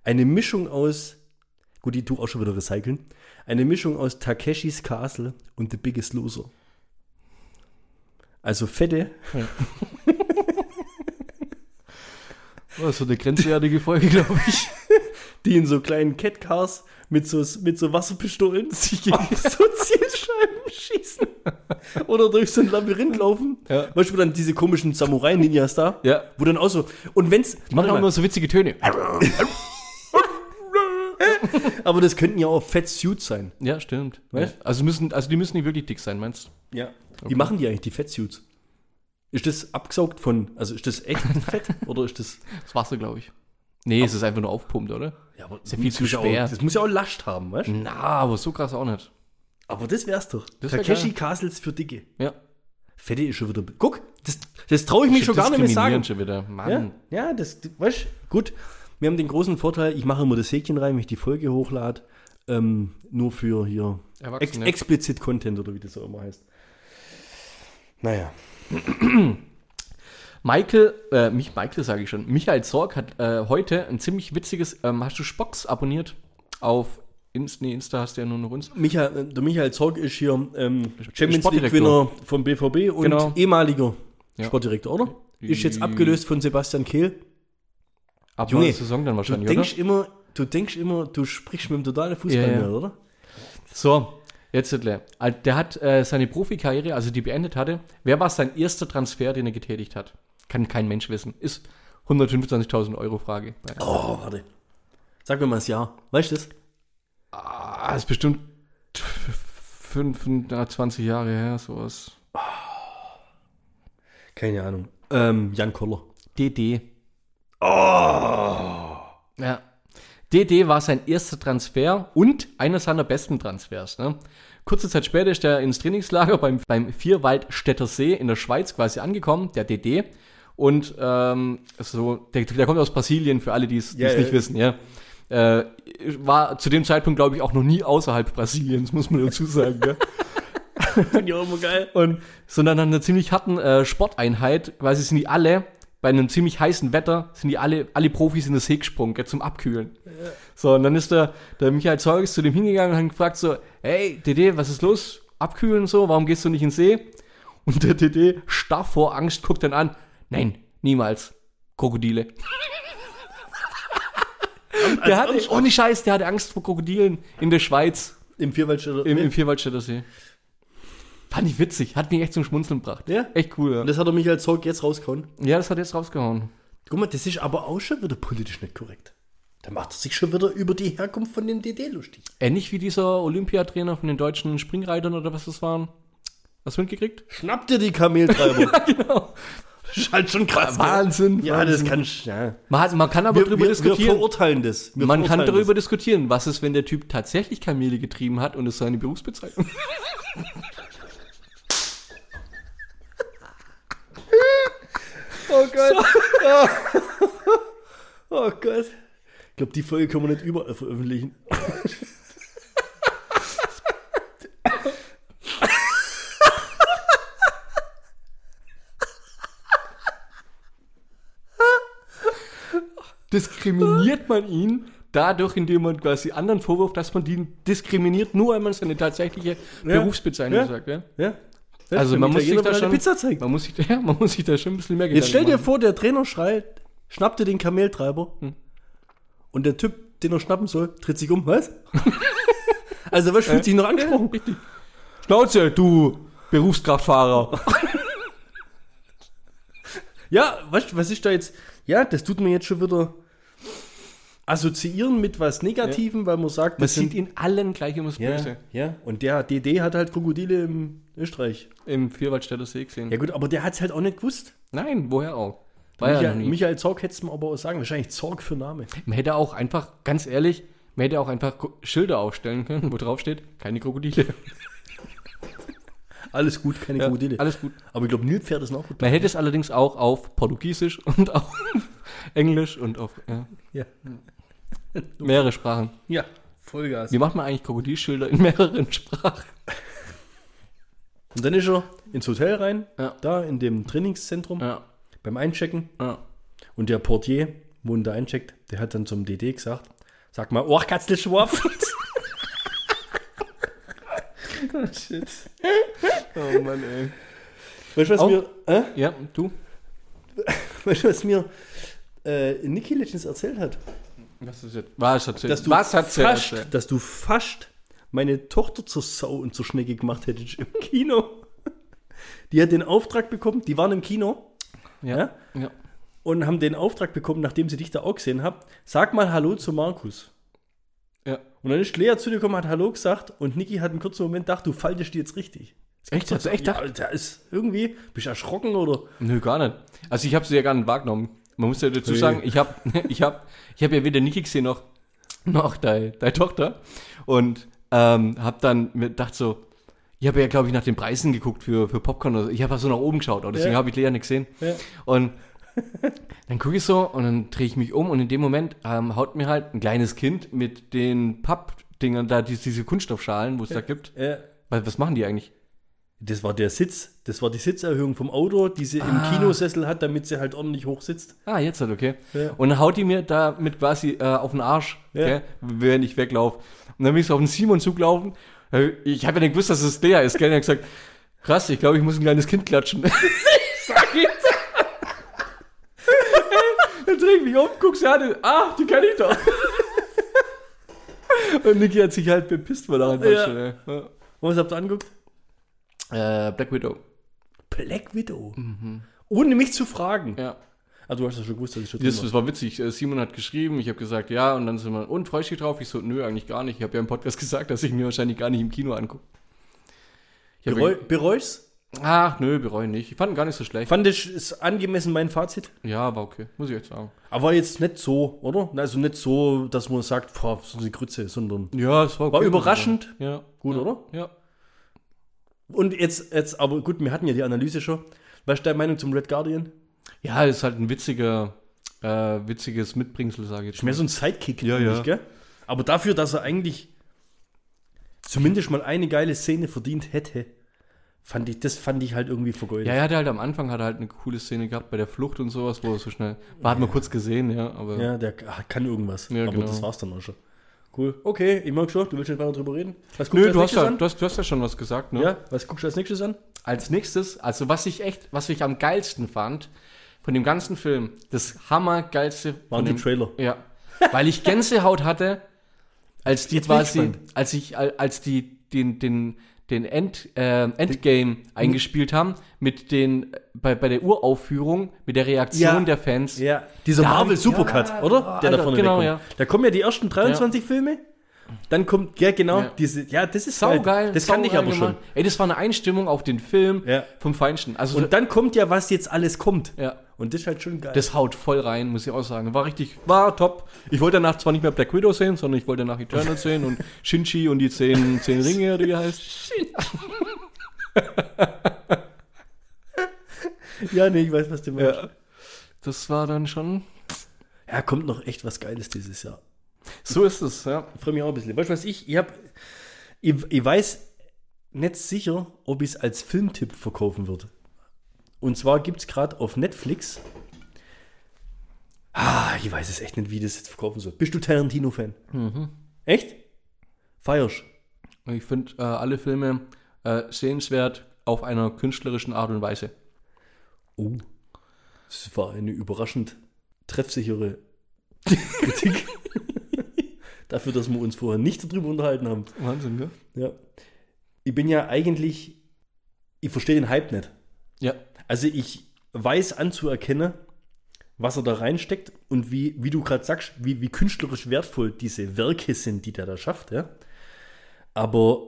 Eine Mischung aus. Gut, die tu auch schon wieder recyceln. Eine Mischung aus Takeshis Castle und The Biggest Loser. Also Fette. Das ist so eine grenzwertige Folge, glaube ich. die in so kleinen Catcars mit so, mit so Wasserpistolen sich *laughs* gegen so Zielscheiben schießen. Oder durch so ein Labyrinth laufen. Ja. Beispiel dann diese komischen Samurai-Ninjas da. Ja. Wo dann auch so. Und wenn's. Die machen Warte auch mal, nur so witzige Töne. aber das könnten ja auch Fat Suits sein. Ja, stimmt. Weißt? Ja. Also, müssen, also die müssen nicht wirklich dick sein, meinst du? Ja. Wie machen die eigentlich, die Fat Suits? Ist das abgesaugt von. Also ist das echt *laughs* Fett? oder ist das. Das war's, glaube ich. Nee, es ist einfach nur aufpumpt, oder? Ja, aber ja viel zu muss ja schwer. Auch, das muss ja auch Last haben, weißt du? Na, aber so krass auch nicht. Aber das wär's doch. Das wär Takeshi geil. Castles für Dicke. Ja. Fette ist schon wieder. Guck, das, das traue ich mich schon gar nicht mehr sagen. Diskriminierend Schon wieder. Ja, Mann. ja das, weißt du, gut. Wir haben den großen Vorteil, ich mache immer das Häkchen rein, wenn ich die Folge hochlade. Ähm, nur für hier ex Erwachsene. explizit Content oder wie das auch immer heißt. Naja. Michael, äh, mich Michael sage ich schon. Michael Zorg hat äh, heute ein ziemlich witziges, ähm, hast du Spocks abonniert? Auf Insta, nee, Insta hast du ja nur noch uns. Michael, äh, der Michael Zorg ist hier ähm, Champions Sportdirektor. League-Gewinner vom BVB und Genau. ehemaliger Ja. Sportdirektor, oder? Die- Ist jetzt abgelöst von Sebastian Kehl. Ab Junge, neuer Saison dann Du wahrscheinlich, oder? denkst immer, du denkst immer, du sprichst mit dem totalen Fußball Ja, ja. oder? So, jetzt Hitler. Also, Der hat äh, seine Profikarriere, also die beendet hatte. Wer war sein erster Transfer, den er getätigt hat? Kann kein Mensch wissen. Ist 125.000 Euro Frage. Oh, warte. Sag mir mal das Jahr. Weißt du das? Ah, ist bestimmt 25 Jahre her, sowas. Keine Ahnung. Ähm, Jan Koller. DD. Oh! Ja. DD war sein erster Transfer und einer seiner besten Transfers. Ne? Kurze Zeit später ist er ins Trainingslager beim, beim Vierwaldstätter See in der Schweiz quasi angekommen, der DD. Und ähm, so, der, der kommt aus Brasilien, für alle, die es die Ja, es ja. nicht wissen, ja. Äh, war zu dem Zeitpunkt, glaube ich, auch noch nie außerhalb Brasiliens, muss man dazu sagen. gell? Finde ich auch immer geil. Und, sondern an einer ziemlich harten äh, Sporteinheit, quasi sind die alle, bei einem ziemlich heißen Wetter, sind die alle, alle Profis in das See gesprungen, gell, zum Abkühlen. So, und dann ist der, der Michael Zeugs zu dem hingegangen und hat gefragt so, hey, DD, was ist los? Abkühlen und so, warum gehst du nicht in den See? Und der DD, starr vor Angst, guckt dann an, nein, niemals. Krokodile. der hatte, ohne Scheiß, der hatte Angst vor Krokodilen in der Schweiz. Im Vierwaldstädter. Im, im Vierwaldstädter See. Fand ich witzig. Hat mich echt zum Schmunzeln gebracht. Ja? Echt cool, ja. das hat er mich als Zorg jetzt rausgehauen. ja, das hat er jetzt rausgehauen. Guck mal, das ist aber auch schon wieder politisch nicht korrekt. Da macht er sich schon wieder über die Herkunft von dem DD lustig. Ähnlich wie dieser Olympiatrainer von den deutschen Springreitern oder was das waren. Hast du mitgekriegt? Schnapp dir die *laughs* Kameltreiber. Das ist halt schon krass. gell? genau. Wahnsinn. Ja, das kann ich. Ja. Man, hat, man kann aber Wir, drüber wir, wir diskutieren. verurteilen das. Wir man kann verurteilen darüber diskutieren, was ist, wenn der Typ tatsächlich Kamele getrieben hat und es seine Berufsbezeichnung. *laughs* das. Oh Gott. oh Gott. Ich glaube, die Folge können wir nicht äh, überall veröffentlichen. diskriminiert man ihn dadurch, indem man quasi anderen vorwirft, dass man ihn diskriminiert, nur weil man seine tatsächliche Berufsbezeichnung Ja. sagt. Ja? Ja. Also Dem man muss sich Italiener da mal schon eine Pizza zeigen. Man muss sich da, *laughs* ja, man muss sich da schon ein bisschen mehr Jetzt stell dir machen. vor, der Trainer schreit, schnappt dir den Kameltreiber und der Typ, den er schnappen soll, dreht sich um, *laughs* was? also was fühlt sich noch *laughs* angesprochen? Schnauze, du Berufskraftfahrer. Ja, was, was ist da jetzt? Ja, das tut man jetzt schon wieder assoziieren mit was Negativem, weil man sagt, Man das sieht in allen gleich immer das ja, Böse. ja, und der DD hat halt Krokodile im Österreich. Im Vierwaldstädter See gesehen. Ja gut, aber der hat es halt auch nicht gewusst. Nein, woher auch? War ja Michael, noch nie. Michael Zorg hätte es mir aber auch sagen. Wahrscheinlich Zorg für Name. Man hätte auch einfach, ganz ehrlich, man hätte auch einfach Ko- Schilder aufstellen können, wo drauf steht, keine *laughs* Krokodile. Alles gut, keine Krokodile. Alles gut. Aber ich glaube, Nilpferde sind auch gut. Man hätte es allerdings auch auf Portugiesisch *laughs* und auf Englisch und auf ja, Ja. mehrere Sprachen. ja, Vollgas. Wie macht man eigentlich Krokodilschilder in mehreren Sprachen? Und dann ist er ins Hotel rein, Ja. da in dem Trainingszentrum, Ja, beim Einchecken. ja. Und der Portier, wo ihn da eincheckt, der hat dann zum DD gesagt, sag mal, *laughs* Ohrkatzelschwarf. Oh Mann, ey. weißt du, was Auch- mir, äh? Ja, du? weißt, du, was mir äh, Niki letztens erzählt hat? Was ist jetzt? Was hat sie? Dass du, was hat sie? fast, erzählt? dass du fast meine Tochter zur Sau und zur Schnecke gemacht hättest im Kino. Die hat den Auftrag bekommen, die waren im Kino Ja. Ja? ja. und haben den Auftrag bekommen, nachdem sie dich da auch gesehen habt, sag mal Hallo zu Markus. Ja. Und dann ist Lea zu dir gekommen, hat Hallo gesagt und Niki hat einen kurzen Moment gedacht, du faltest die jetzt richtig. Echt? Hast du echt Ja, da ist irgendwie, bist du erschrocken oder? Nö, gar nicht. Also ich habe sie ja gar nicht wahrgenommen. Man muss ja dazu Nee. sagen, ich habe ich hab, *laughs* ich hab ja weder Niki gesehen noch, noch deine deine Tochter. Und ähm, habe dann mir gedacht so, ich habe ja, glaube ich, nach den Preisen geguckt für, für Popcorn. Oder so. Ich habe so nach oben geschaut, aber deswegen Ja. habe ich Lea nicht gesehen. Ja. Und dann gucke ich so und dann drehe ich mich um und in dem Moment ähm, haut mir halt ein kleines Kind mit den Pappdingern da, diese, diese Kunststoffschalen, wo es da gibt. Äh, Was, was machen die eigentlich? das war der Sitz, das war die Sitzerhöhung vom Auto, die sie im Kinosessel hat, damit sie halt ordentlich hoch sitzt. Ah, jetzt halt, okay. Ja. Und dann haut die mir da mit quasi äh, auf den Arsch, Ja. gell, während ich weglaufe. Und dann bin ich so auf den Simon zugelaufen. Äh, Ich habe ja nicht gewusst, dass es der ist, gell. Und er hat gesagt, krass, ich glaube, ich muss ein kleines Kind klatschen. *laughs* Ich sag jetzt. *laughs* dann dreh ich mich um, guck sie an, ah, die kann ich doch. *laughs* Und Niki hat sich halt bepisst vor der Hand. Ja. schon, ey. Und was habt ihr angeguckt? Ja. Äh, Black Widow. Black Widow. Mhm. Ohne mich zu fragen. Ja. Also du hast ja schon gewusst, dass ich schon Das, drin das war witzig. Äh, Simon hat geschrieben, ich habe gesagt, ja, und dann sind wir, und freust du dich drauf? Ich so, nö, eigentlich gar nicht. Ich habe ja im Podcast *laughs* gesagt, dass ich mir wahrscheinlich gar nicht im Kino angucke. Ich war. hab Bereu, bereust? ja- Ach, nö, bereue nicht. Ich fand ihn gar nicht so schlecht. Fand ich ist angemessen mein Fazit? Ja, war okay, muss ich echt sagen. Aber jetzt nicht so, oder? Also nicht so, dass man sagt, boah, so eine Grütze, sondern Ja, es war okay. war überraschend. Ja. Gut, ja, oder? Ja. Und jetzt, jetzt, aber gut, wir hatten ja die Analyse schon. Was ist deine Meinung zum Red Guardian? Ja, ist halt ein witziger, äh, witziges Mitbringsel, sage ich jetzt. Mehr so ein Sidekick, Ja, nämlich, ja. gell? Aber dafür, dass er eigentlich zumindest mal eine geile Szene verdient hätte, fand ich, das fand ich halt irgendwie vergeudet. Ja, er hatte halt am Anfang hat er halt eine coole Szene gehabt bei der Flucht und sowas, wo er so schnell. War, hat man kurz gesehen, ja, aber. Ja, der k- kann irgendwas. Ja, aber genau. das war's dann auch schon. Cool. Okay, ich mag schon, du willst nicht weiter drüber reden. Was Nö, als du hast, nächstes ja, an? du, hast, du hast ja schon was gesagt, ne? Ja, was guckst du als nächstes an? Als nächstes, also was ich echt, was ich am geilsten fand von dem ganzen Film, das hammergeilste Waren von die dem, Trailer. Ja, weil ich Gänsehaut hatte, als die Jetzt bin ich quasi, gespannt. als ich, al- als die den den den End, äh, Endgame eingespielt haben mit den bei, bei der Uraufführung mit der Reaktion Ja. der Fans. Ja. Dieser Da- Marvel Supercut, Ja, oder? Alter, der da vorne genau, wegkommt. ja. Da kommen ja die ersten 23 Filme. Dann kommt, ja genau, Ja. diese, ja, das ist Saugeil, geil. Das kannte ich saugeil aber schon. gemacht. Ey, das war eine Einstimmung auf den Film Ja. vom Feinsten. Also Und dann kommt ja, was jetzt alles kommt. ja. Und das ist halt schon geil. Das haut voll rein, muss ich auch sagen. War richtig, war top. Ich wollte danach zwar nicht mehr Black Widow sehen, sondern ich wollte danach Eternal sehen *laughs* und Shinji und die zehn, zehn Ringe, oder wie er heißt. ja, nee, ich weiß, was du meinst. Ja. Das war dann schon. kommt noch echt was Geiles dieses Jahr. So ist es, ja. Ich freue mich auch ein bisschen. Weißt du, was ich, ich hab, ich, ich weiß nicht sicher, ob ich es als Filmtipp verkaufen würde. Und zwar gibt es gerade auf Netflix, Ah, ich weiß es echt nicht, wie ich das jetzt verkaufen soll. Bist du Tarantino-Fan? Echt? Feierst? Ich finde äh, alle Filme äh, sehenswert auf einer künstlerischen Art und Weise. Oh. Das war eine überraschend treffsichere *laughs* Kritik. Dafür, dass wir uns vorher nicht darüber unterhalten haben. Wahnsinn, gell? Ja. Ich bin ja eigentlich, ich verstehe den Hype nicht. Ja. Also ich weiß anzuerkennen, was er da reinsteckt und wie, wie du gerade sagst, wie, wie künstlerisch wertvoll diese Werke sind, die der da schafft, ja. Aber,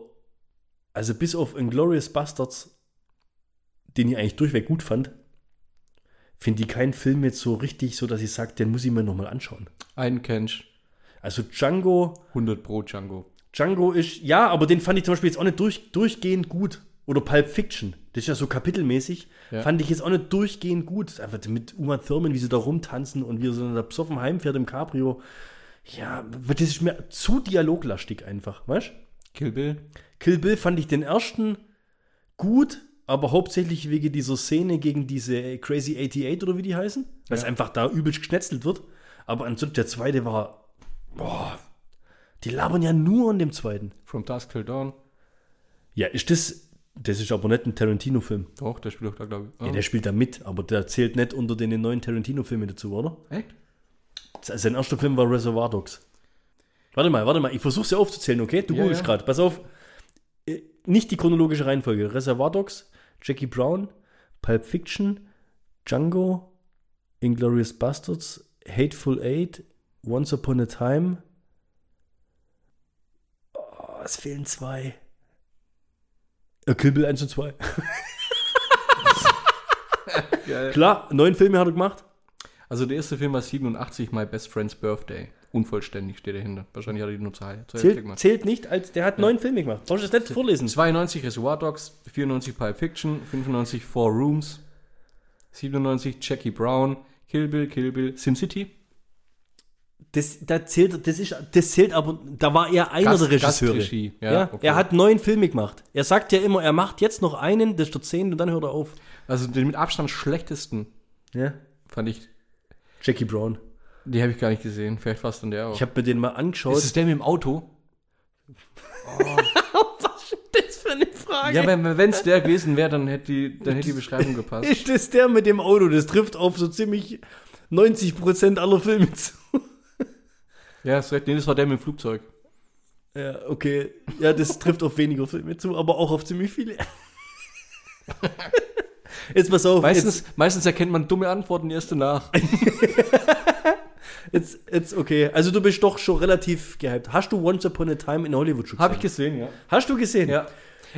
also bis auf Inglourious Bastards, den ich eigentlich durchweg gut fand, finde ich keinen Film jetzt so richtig, so dass ich sage, den muss ich mir nochmal anschauen. Einen kennst Also Django, 100 Pro Django. Django ist, ja, aber den fand ich zum Beispiel jetzt auch nicht durch, durchgehend gut. Oder Pulp Fiction, das ist ja so kapitelmäßig, Ja. fand ich jetzt auch nicht durchgehend gut. Einfach mit Uma Thurman, wie sie da rumtanzen und wie sie dann da besoffen heimfährt im Cabrio. Ja, das ist mir zu dialoglastig einfach, weißt Kill Bill. Kill Bill fand ich den ersten gut, aber hauptsächlich wegen dieser Szene gegen diese Crazy 88 oder wie die heißen, weil es Ja. einfach da übelst geschnetzelt wird. Aber ansonsten der zweite war, boah, die labern ja nur an dem zweiten. From Dusk Till Dawn. Ja, ist das. Das ist aber nicht ein Tarantino-Film. Doch, der spielt doch da, glaube ich. Ja, der spielt da mit, aber der zählt nicht unter den neuen Tarantino-Filmen dazu, oder? Echt? Sein erster Film war Reservoir Dogs. Warte mal, warte mal, ich versuch's ja aufzuzählen, okay? Du Ja, googelst ja. gerade. Pass auf. Äh, Nicht die chronologische Reihenfolge. Reservoir Dogs, Jackie Brown, Pulp Fiction, Django, Inglorious Bastards, Hateful Eight, Once Upon a Time. Oh, es fehlen zwei. Äh, Kill Bill 1 und *laughs* 2. Geil. Klar, neun Filme hat er gemacht. Also der erste Film war 87, My Best Friend's Birthday. Unvollständig steht dahinter. Wahrscheinlich hat er die nur zur Hälfte zur Hälfte Zählt, zählt nicht, als der hat neun Filme gemacht. Brauchst du das nicht vorlesen? 92 Reservoir Dogs, 94 Pulp Fiction, 95 Four Rooms, 97 Jackie Brown, Kill Bill, Kill Bill, Sin City. Das, da zählt, das, ist, das zählt aber, da war er einer Gast- der Regisseure. Gastregie, ja, ja, okay. Er hat neun Filme gemacht. Er sagt ja immer, er macht jetzt noch einen, das ist der zehnte und dann hört er auf. Also den mit Abstand schlechtesten Ja. fand ich, Jackie Brown. die habe ich gar nicht gesehen. Vielleicht war es dann der auch. Ich habe mir den mal angeschaut. ist es der mit dem Auto? was ist das für eine Frage? Ja, wenn es der gewesen wäre, dann hätte die, dann hätte die Beschreibung gepasst. ist das der mit dem Auto? Das trifft auf so ziemlich 90% aller Filme zu. Ja, hast recht. Nee, das war der mit dem Flugzeug. Ja, okay. Ja, das trifft auf weniger Filme zu, aber auch auf ziemlich *laughs* viele. Jetzt pass auf. jetzt- Meistens, meistens erkennt man dumme Antworten erst danach. Jetzt, jetzt, okay. Also du bist doch schon relativ gehypt. Hast du Once Upon a Time in Hollywood schon Habe ich gesehen, ja. Hast du gesehen? Ja.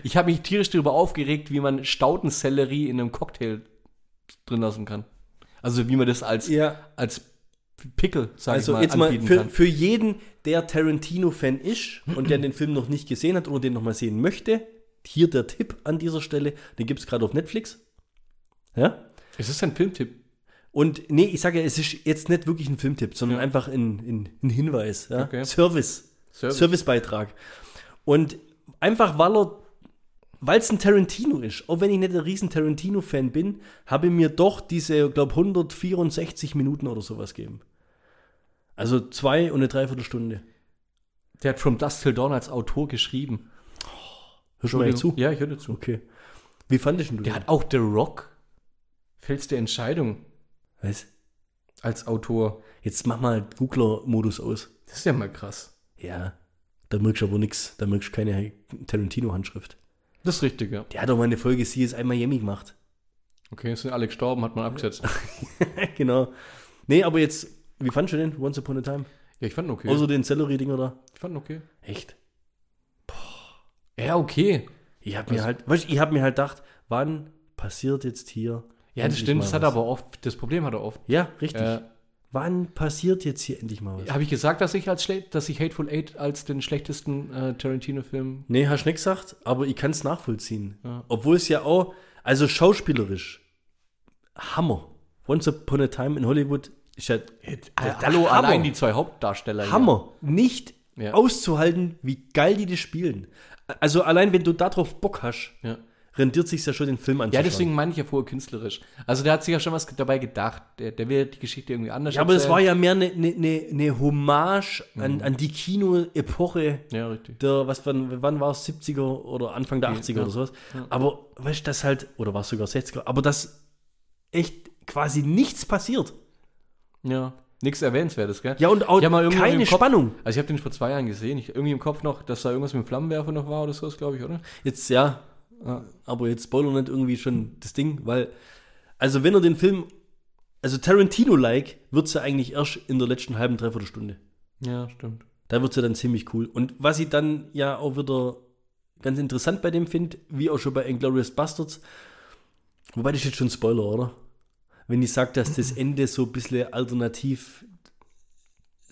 Ich habe mich tierisch darüber aufgeregt, wie man Staudensellerie in einem Cocktail drin lassen kann. Also wie man das als, Ja. als Pickel, sag Also ich mal, jetzt mal anbieten für, kann. für jeden, der Tarantino-Fan ist und der den Film noch nicht gesehen hat oder den noch mal sehen möchte, hier der Tipp an dieser Stelle. Den gibt es gerade auf Netflix. Ja? Es ist ein Filmtipp. Und nee, ich sage ja, es ist jetzt nicht wirklich ein Filmtipp, sondern Ja. einfach ein, ein, ein Hinweis. Ja? Okay. Service. Service. Servicebeitrag. Und einfach, weil er, weil es ein Tarantino ist, auch wenn ich nicht ein riesen Tarantino-Fan bin, habe ich mir doch diese, glaube 164 Minuten oder sowas gegeben. Also zwei und eine Dreiviertelstunde. Der hat From Dust Till Dawn als Autor geschrieben. Hörst du mal zu? Ja, ich höre dir zu. Okay. Wie fandest du Der hat auch The Rock. Fels der Entscheidung Was? als Autor. Jetzt mach mal Googler-Modus aus. Das ist ja mal krass. Ja. Da merkst du aber nichts. Da merkst du keine Tarantino-Handschrift. Das ist richtig, ja. Der hat auch mal eine Folge CSI Miami gemacht. *laughs* Okay, es sind alle gestorben, hat man abgesetzt. genau. Nee, aber jetzt, wie fandst du den Once Upon a Time? Ja, ich fand ihn okay. Außer den Celery-Dinger da. ich fand ihn okay. Echt? Ja, okay. Ich hab mir halt, weißt, du, ich hab mir halt gedacht, wann passiert jetzt hier? Ja, endlich das stimmt. mal Das hat er was? aber oft, das Problem hat er oft. Ja, richtig. Äh, Wann passiert jetzt hier endlich mal was? Habe ich gesagt, dass ich, als schle- dass ich Hateful Eight als den schlechtesten äh, Tarantino-Film. Nee, hast du nicht gesagt, aber ich kann's nachvollziehen. Obwohl es ja auch, also schauspielerisch, Hammer. Once Upon a Time in Hollywood ist ja der- der Hallo, Ah, Hammer. allein die zwei Hauptdarsteller. hier. Hammer. Nicht Ja. auszuhalten, wie geil die das spielen. Also allein, wenn du darauf Bock hast, Ja. rendiert sich ja schon, den Film Ja, anzuschauen. deswegen meine ich ja vorher künstlerisch. Also der hat sich ja schon was dabei gedacht. Der, der will die Geschichte irgendwie anders Ja, aber das erzählen. war ja mehr eine ne, ne, ne Hommage an, Mhm. an die Kino-Epoche Ja, richtig. der, was wann, wann war es, 70er oder Anfang der 80er ja. oder sowas. Aber weißt du, das halt, oder war es sogar 60er, aber das echt quasi nichts passiert. Ja. Nichts Erwähnenswertes, gell? Ja, und auch Ich hab mal irgendwann keine im Kopf- Spannung. Also ich habe den vor zwei Jahren gesehen. Ich, irgendwie im Kopf noch, dass da irgendwas mit dem Flammenwerfer noch war oder sowas, glaube ich, oder? Jetzt, ja, Ja. aber jetzt spoilern nicht irgendwie schon das Ding, weil, also wenn er den Film, also Tarantino-like, wird es ja eigentlich erst in der letzten halben Dreiviertelstunde. Ja, stimmt. Da wird es ja dann ziemlich cool. Und was ich dann ja auch wieder ganz interessant bei dem finde, wie auch schon bei Inglourious Bastards, wobei das ist jetzt schon ein Spoiler, oder? Wenn ich sage, dass das Ende so ein bisschen alternativ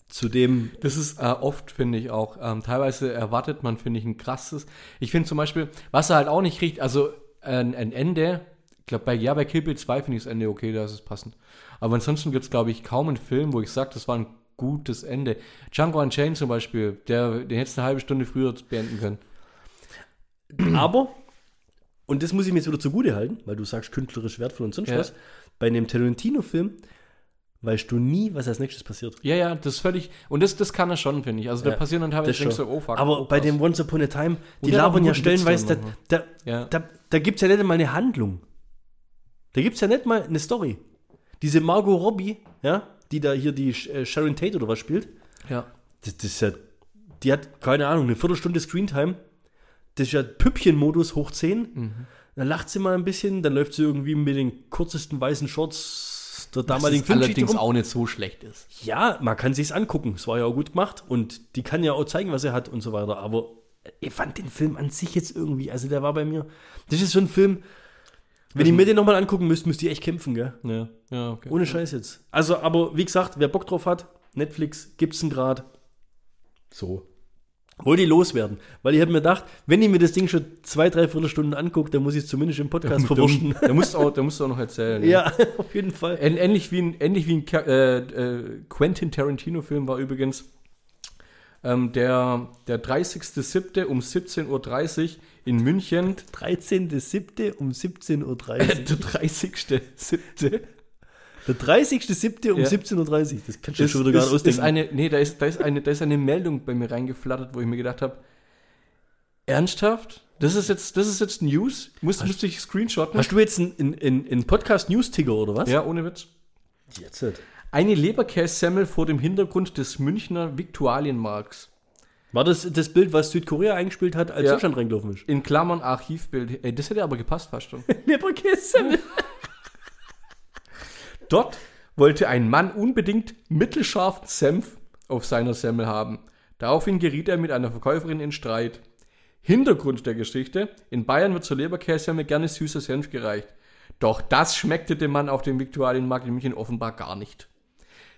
zu dem. Das ist äh, oft, finde ich auch. Ähm, teilweise erwartet man, finde ich, ein krasses. Ich finde zum Beispiel, was er halt auch nicht kriegt, also ein, ein Ende, ich glaube, bei, ja, bei Kill Bill 2 finde ich das Ende okay, da ist es passend. Aber ansonsten gibt es, glaube ich, kaum einen Film, wo ich sage, das war ein gutes Ende. Django Unchained zum Beispiel, der, den hättest du eine halbe Stunde früher beenden können. Aber, und das muss ich mir jetzt wieder zugute halten, weil du sagst, künstlerisch wertvoll und sonst Ja. was, bei einem Tarantino-Film weißt du nie, was als nächstes passiert. Ja, ja, das ist völlig, und das, das kann er schon, finde ich. Also da Ja, passieren dann teilweise Das schon. denkst du, oh fuck. Aber oh, bei krass. dem Once Upon a Time, die der hat auch labern einen ja guten Witz stellenweise, da, drin, da, Ja. da, da gibt es ja nicht mal eine Handlung. Da gibt es ja nicht mal eine Story. Diese Margot Robbie, ja, die da hier die Sh- äh, Sharon Tate oder was spielt, Ja. das, das ist ja, die hat, keine Ahnung, eine Viertelstunde Screentime. Das ist ja Püppchenmodus hoch 10. Dann lacht sie mal ein bisschen, dann läuft sie irgendwie mit den kürzesten weißen Shorts der Was damaligen es allerdings Filmgeschichte rum. auch nicht so schlecht ist. Ja, man kann sich's angucken. Es war ja auch gut gemacht und die kann ja auch zeigen, was sie hat und so weiter. Aber ich fand den Film an sich jetzt irgendwie, also der war bei mir. Das ist so ein Film, wenn ich mir den nochmal angucken müsste, müsste ich echt kämpfen, gell? Ja, ja, okay. Ohne Scheiß jetzt. Also, aber wie gesagt, wer Bock drauf hat, Netflix gibt's einen Grad. So. Wollte ich loswerden, weil ich habe mir gedacht, wenn ich mir das Ding schon zwei, drei Viertelstunden angucke, dann muss ich es zumindest im *laughs* *laughs* Podcast verwurschen. Da musst du auch, da musst du auch noch erzählen. Ja, *laughs* Äh, auf jeden Fall. Ähn- Ähnlich wie ein, ähnlich wie ein Ka- äh, äh, Quentin Tarantino-Film war übrigens ähm, der, der 30.07. um 17.30 Uhr in München. 13.07. um 17.30 Der *laughs* Uhr. 30.07. *laughs* Der 30.07. um Ja. 17.30 Uhr. Das kannst du dir Ist, schon wieder gar nicht ist, ist ausdenken. eine, nee, da ist, da, ist eine, da ist eine Meldung bei mir reingeflattert, wo ich mir gedacht habe, ernsthaft? Das ist jetzt, das ist jetzt News? Muss, müsste ich screenshotten? Hast du jetzt einen, einen, einen, einen Podcast-News-Ticker oder was? Ja, ohne Witz. Jetzt. halt. Eine Leberkässemmel vor dem Hintergrund des Münchner Viktualienmarkts. War das das Bild, was Südkorea eingespielt hat, als Ja. Deutschland reingelaufen ist? In Klammern Archivbild. Ey, das hätte aber gepasst fast schon. Leberkäse. Dort wollte ein Mann unbedingt mittelscharfen Senf auf seiner Semmel haben. Daraufhin geriet er mit einer Verkäuferin in Streit. Hintergrund der Geschichte. In Bayern wird zur Leberkässemmel gerne süßer Senf gereicht. Doch das schmeckte dem Mann auf dem Viktualienmarkt in München offenbar gar nicht.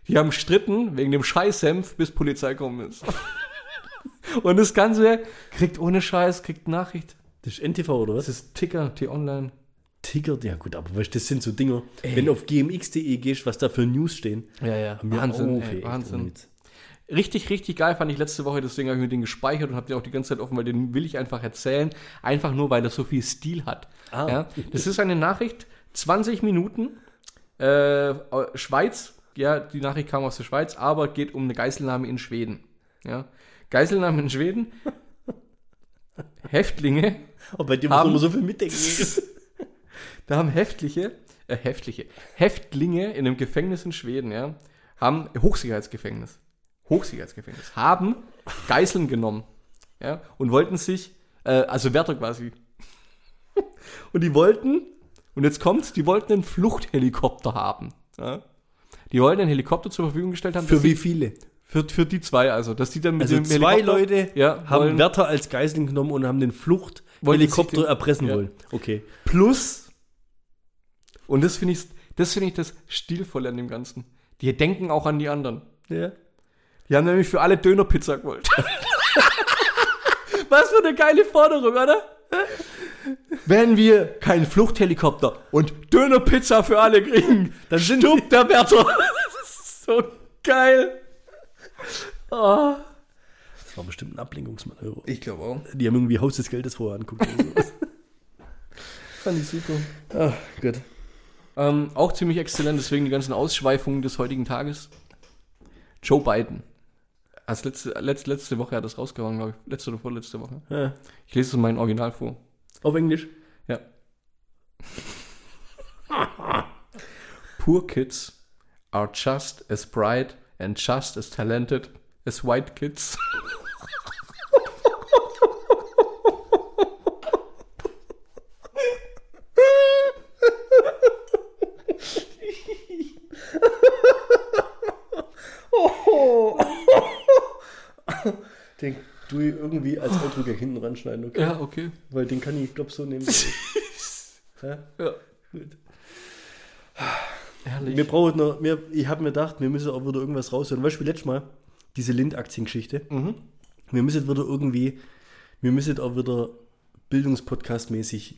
Die haben stritten wegen dem Scheiß-Senf, bis Polizei gekommen ist. *laughs* Und das Ganze kriegt ohne Scheiß, kriegt Nachricht. Das ist NTV oder was? Das ist Ticker, T-Online. Ticker, ja gut, aber weißt, du, das sind so Dinger. Wenn du auf gmx.de gehst, was da für News stehen. Ja, ja. Mir Wahnsinn, auf, ey, ey, echt ohne Wahnsinn. Witz. Richtig, richtig geil fand ich letzte Woche, deswegen habe ich mir den gespeichert und habe den auch die ganze Zeit offen, weil den will ich einfach erzählen. Einfach nur, weil er so viel Stil hat. Ah. Ja, das ist eine Nachricht, 20 Minuten, äh, Schweiz, ja, die Nachricht kam aus der Schweiz, aber geht um eine Geiselnahme in Schweden. Ja. Geiselnahme in Schweden, Häftlinge, Aber bei dir muss man Haben- immer so viel *laughs* mitdenken. da haben Häftliche, äh, Häftliche, Häftlinge in einem Gefängnis in Schweden, ja, haben Hochsicherheitsgefängnis, Hochsicherheitsgefängnis, haben Geiseln genommen, ja, und wollten sich, äh, also Wärter quasi, *laughs* und die wollten, und jetzt kommt's, die wollten einen Fluchthelikopter haben, ja. Die wollten einen Helikopter zur Verfügung gestellt haben. dass die, viele? für, für die zwei, also. Dass die dann mit Also dem zwei Helikopter- Leute ja, haben wollen- Wärter als Geiseln genommen und haben den Wollten sich Fluchthelikopter den- erpressen Ja. wollen. Okay. Plus, und das finde ich das, finde ich das stilvolle an dem Ganzen. Die denken auch an die anderen. Ja. Die haben nämlich für alle Dönerpizza gewollt. *laughs* Was für eine geile Forderung, oder? Wenn wir keinen Fluchthelikopter und Dönerpizza für alle kriegen, dann stirbt der Wärter. *laughs* Das ist so geil. Oh. Das war bestimmt ein Ablenkungsmanöver. Ich glaube auch. *laughs* Die haben irgendwie Haus des Geldes vorher anguckt. oder sowas. Fand ich super. Ah, gut. Ähm, auch ziemlich exzellent, deswegen die ganzen Ausschweifungen des heutigen Tages. Joe Biden. Als letzte, letzte, letzte Woche hat das rausgehauen, glaube ich. Letzte oder vorletzte Woche. Ja. Ich lese es in meinem Original vor. Auf Englisch. *laughs* Ja. Poor kids are just as bright and just as talented as white kids. *laughs* Den du irgendwie als Outro gleich hinten ran schneiden, okay? *laughs* Ja, okay. Weil den kann ich, glaube so nehmen. ja? Ja. Gut. Herrlich. Wir brauchen noch mehr. Ich habe mir gedacht, wir müssen auch wieder irgendwas raushören. Weißt du, wie letztes Mal diese Lind-Aktiengeschichte. Wir müssen wieder irgendwie, wir müssen auch wieder Bildungspodcast-mäßig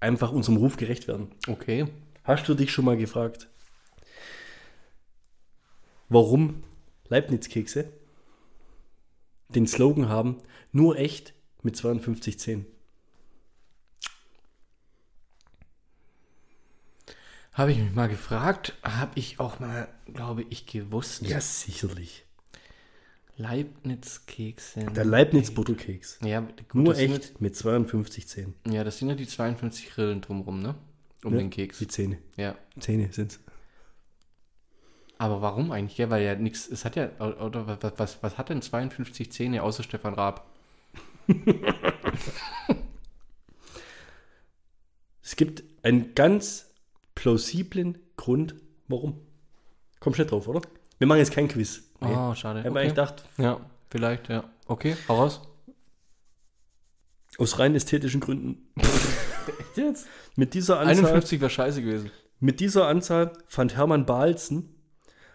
einfach unserem Ruf gerecht werden. okay. Hast du dich schon mal gefragt, warum Leibniz-Kekse den Slogan haben, nur echt mit 52 Zehen? Habe ich mich mal gefragt, habe ich auch mal, glaube ich, gewusst. sicherlich. Leibniz-Kekse. Der Leibniz-Butterkeks. Ja, gut, Nur das sind echt mit 52 Zehen. ja- Ja, das sind ja die 52 Rillen drumrum, ne? Um Ja, den Keks. Die Zähne. Ja. Zähne sind's. Aber warum eigentlich? Ja, weil ja nichts, es hat ja, oder was, was, was hat denn 52 Zähne außer Stefan Raab? Es gibt einen ganz plausiblen Grund, warum. Kommst du nicht drauf, oder? Wir machen jetzt kein Quiz. Nee. Oh, schade. ich habe eigentlich gedacht, ja, vielleicht, ja. Okay, hau raus. aus rein ästhetischen Gründen. *laughs* Echt jetzt? Mit dieser Anzahl, 51 wäre scheiße gewesen. mit dieser Anzahl fand Hermann Balzen,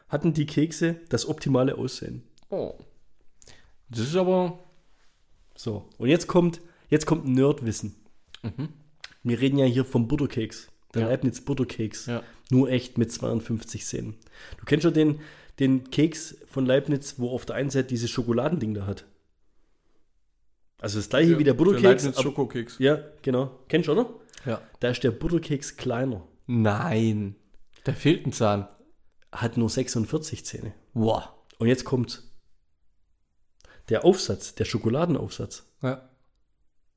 hatten die Kekse das optimale Aussehen. Oh. Das ist aber, So, und jetzt kommt, jetzt kommt Nerdwissen. Mhm. Wir reden ja hier vom Butterkeks. Der Ja. Leibniz Butterkeks. ja. Nur echt mit 52 Zähnen. Du kennst schon den, den Keks von Leibniz, wo auf der einen Seite dieses Schokoladending da hat. Also das gleiche wie der Butterkeks. Leibniz ab- Schokokeks. ja, genau. Kennst du, oder? Ja. Da ist der Butterkeks kleiner. Nein. Da fehlt ein Zahn. Hat nur 46 Zähne. Wow. Und jetzt kommt's. Der Aufsatz, der Schokoladenaufsatz, Ja,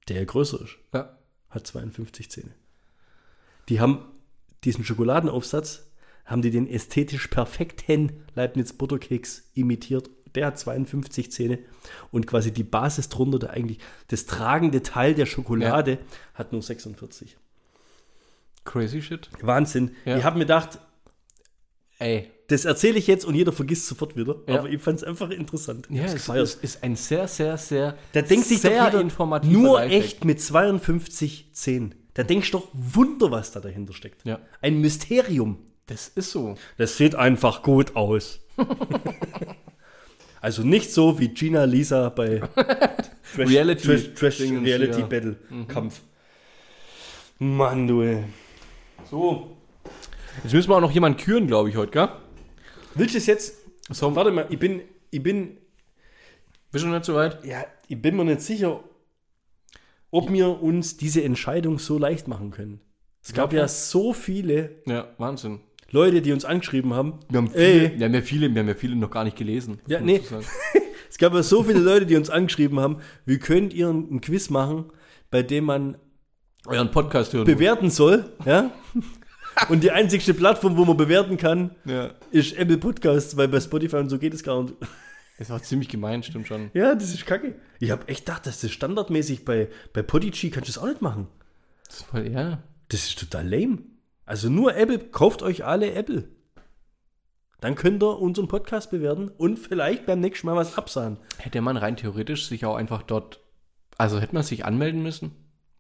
der ja größer ist, ja. hat 52 Zähne. Die haben diesen Schokoladenaufsatz, haben die den ästhetisch perfekten Leibniz-Butterkeks imitiert. Der hat 52 Zähne und quasi die Basis drunter, der eigentlich das tragende Teil der Schokolade, hat nur 46. Crazy shit. Wahnsinn. Ja. Ich habe mir gedacht, Ey. das erzähle ich jetzt und jeder vergisst sofort wieder. Ja. Aber ich fand es einfach interessant. Ich Ja, hab's es gefeiert. ist, ist ein sehr, sehr, sehr, Da denkt sich doch sehr jeder, informativer nur Lifehack. echt mit 52 Zehen. Da denkst du doch, Wunder, was da dahinter steckt. Ja. Ein Mysterium. Das ist so. Das sieht einfach gut aus. *laughs* also nicht so wie Gina Lisa *laughs* bei Trash, Reality- Trash, Trash, Dingens, Mhm. Reality ja. Battle Kampf. Mann, du. ey. So. Jetzt müssen wir auch noch jemanden küren, glaube ich, heute, gell? Willst du es jetzt? So, Warte mal, ich bin, ich bin, bist du noch nicht so weit? ja, ich bin mir nicht sicher, ob wir uns diese Entscheidung so leicht machen können. Es gab ja so viele Ja, Wahnsinn. Leute, die uns angeschrieben haben. Wir Ey. haben, viele, wir, haben ja viele, wir haben ja viele noch gar nicht gelesen. Ja, muss nee. ich sagen. Es gab ja so viele Leute, die uns angeschrieben haben, wie könnt ihr ein Quiz machen, bei dem man Euren Podcast hören. bewerten soll, ja? Und die einzigste Plattform, wo man bewerten kann, ja. ist Apple Podcasts, weil bei Spotify und so geht es gar nicht. Das war ziemlich gemein, stimmt schon. Ja, das ist kacke. Ich habe echt gedacht, dass das standardmäßig bei, bei Podigy kannst du das auch nicht machen. Das ist voll, ja. Das ist total lame. Also nur Apple, kauft euch alle Apple. Dann könnt ihr unseren Podcast bewerten und vielleicht beim nächsten Mal was absahen. Hätte man rein theoretisch sich auch einfach dort. Also hätte man sich anmelden müssen?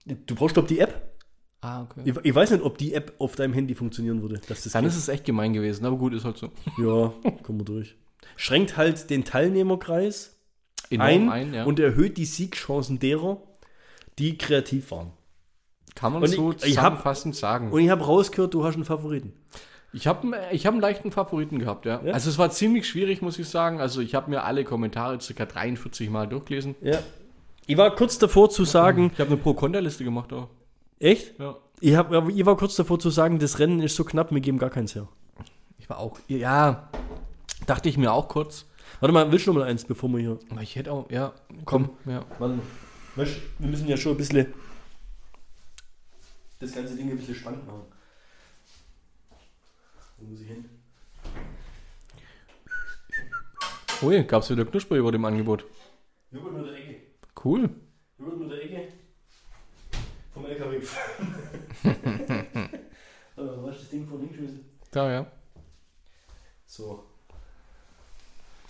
Du brauchst doch die App. Ah, okay. Ich, ich weiß nicht, ob die App auf deinem Handy funktionieren würde. Dass das Dann geht. ist es echt gemein gewesen, aber gut, ist halt so. ja, kommen wir durch. Schränkt halt den Teilnehmerkreis Enorm ein, ein ja. und erhöht die Siegchancen derer, die kreativ waren. Kann man und so ich- ich hab- zusammenfassend sagen. Und ich habe rausgehört, du hast einen Favoriten. Ich habe ich hab einen leichten Favoriten gehabt, ja. Ja? Also es war ziemlich schwierig, muss ich sagen. Also ich habe mir alle Kommentare circa 43 Mal durchgelesen. Ja. Ich war kurz davor zu sagen, Ich habe eine Pro-Konter-Liste gemacht auch. echt? Ja. Ich, hab, aber ich war kurz davor zu sagen, das Rennen ist so knapp, wir geben gar keins her. Ich war auch, ja, dachte ich mir auch kurz. Warte mal, willst du noch mal eins, bevor wir hier. Aber Ich hätte auch, ja, komm, ja. Warte mal. Weißt, du, wir müssen ja schon ein bisschen. Das ganze Ding ein bisschen spannend machen. Wo muss ich hin? Ui, Oh gab's wieder Knusper über dem Angebot. Joghurt mit der Ecke. Cool. Joghurt mit der Ecke. Vom LKW gefahren. *laughs* Warte mal, was ist das Ding von links geschmissen? Da, ja. So.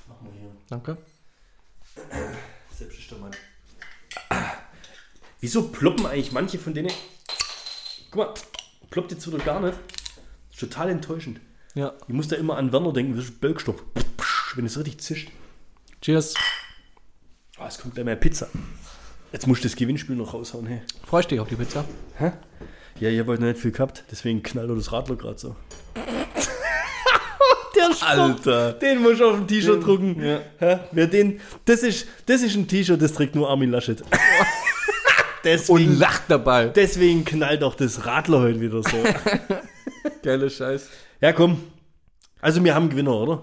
Machen wir hier. Danke. Selbstbestimmter Mann. Wieso ploppen eigentlich manche von denen? Guck mal, ploppt jetzt wieder gar nicht. Ist total enttäuschend. Ja. Ich muss da immer an Werner denken, das ist Bölkstoff. Wenn es richtig zischt. Cheers. Ah, es kommt gleich mehr Pizza. Jetzt muss ich das Gewinnspiel noch raushauen. Hey. Freust dich auf die Pizza? Ja, ihr habt heute nicht viel gehabt, deswegen knallt doch das Radler gerade so. *laughs* Der Alter. Den muss ich auf dem T-Shirt drucken. ja. Hä? Wer den, das, ist, das ist ein T-Shirt, das trägt nur Armin *laughs* Laschet. deswegen, Und lacht dabei. deswegen knallt auch das Radler heute wieder so. Geile Scheiß. ja, komm. Also, wir haben Gewinner, oder?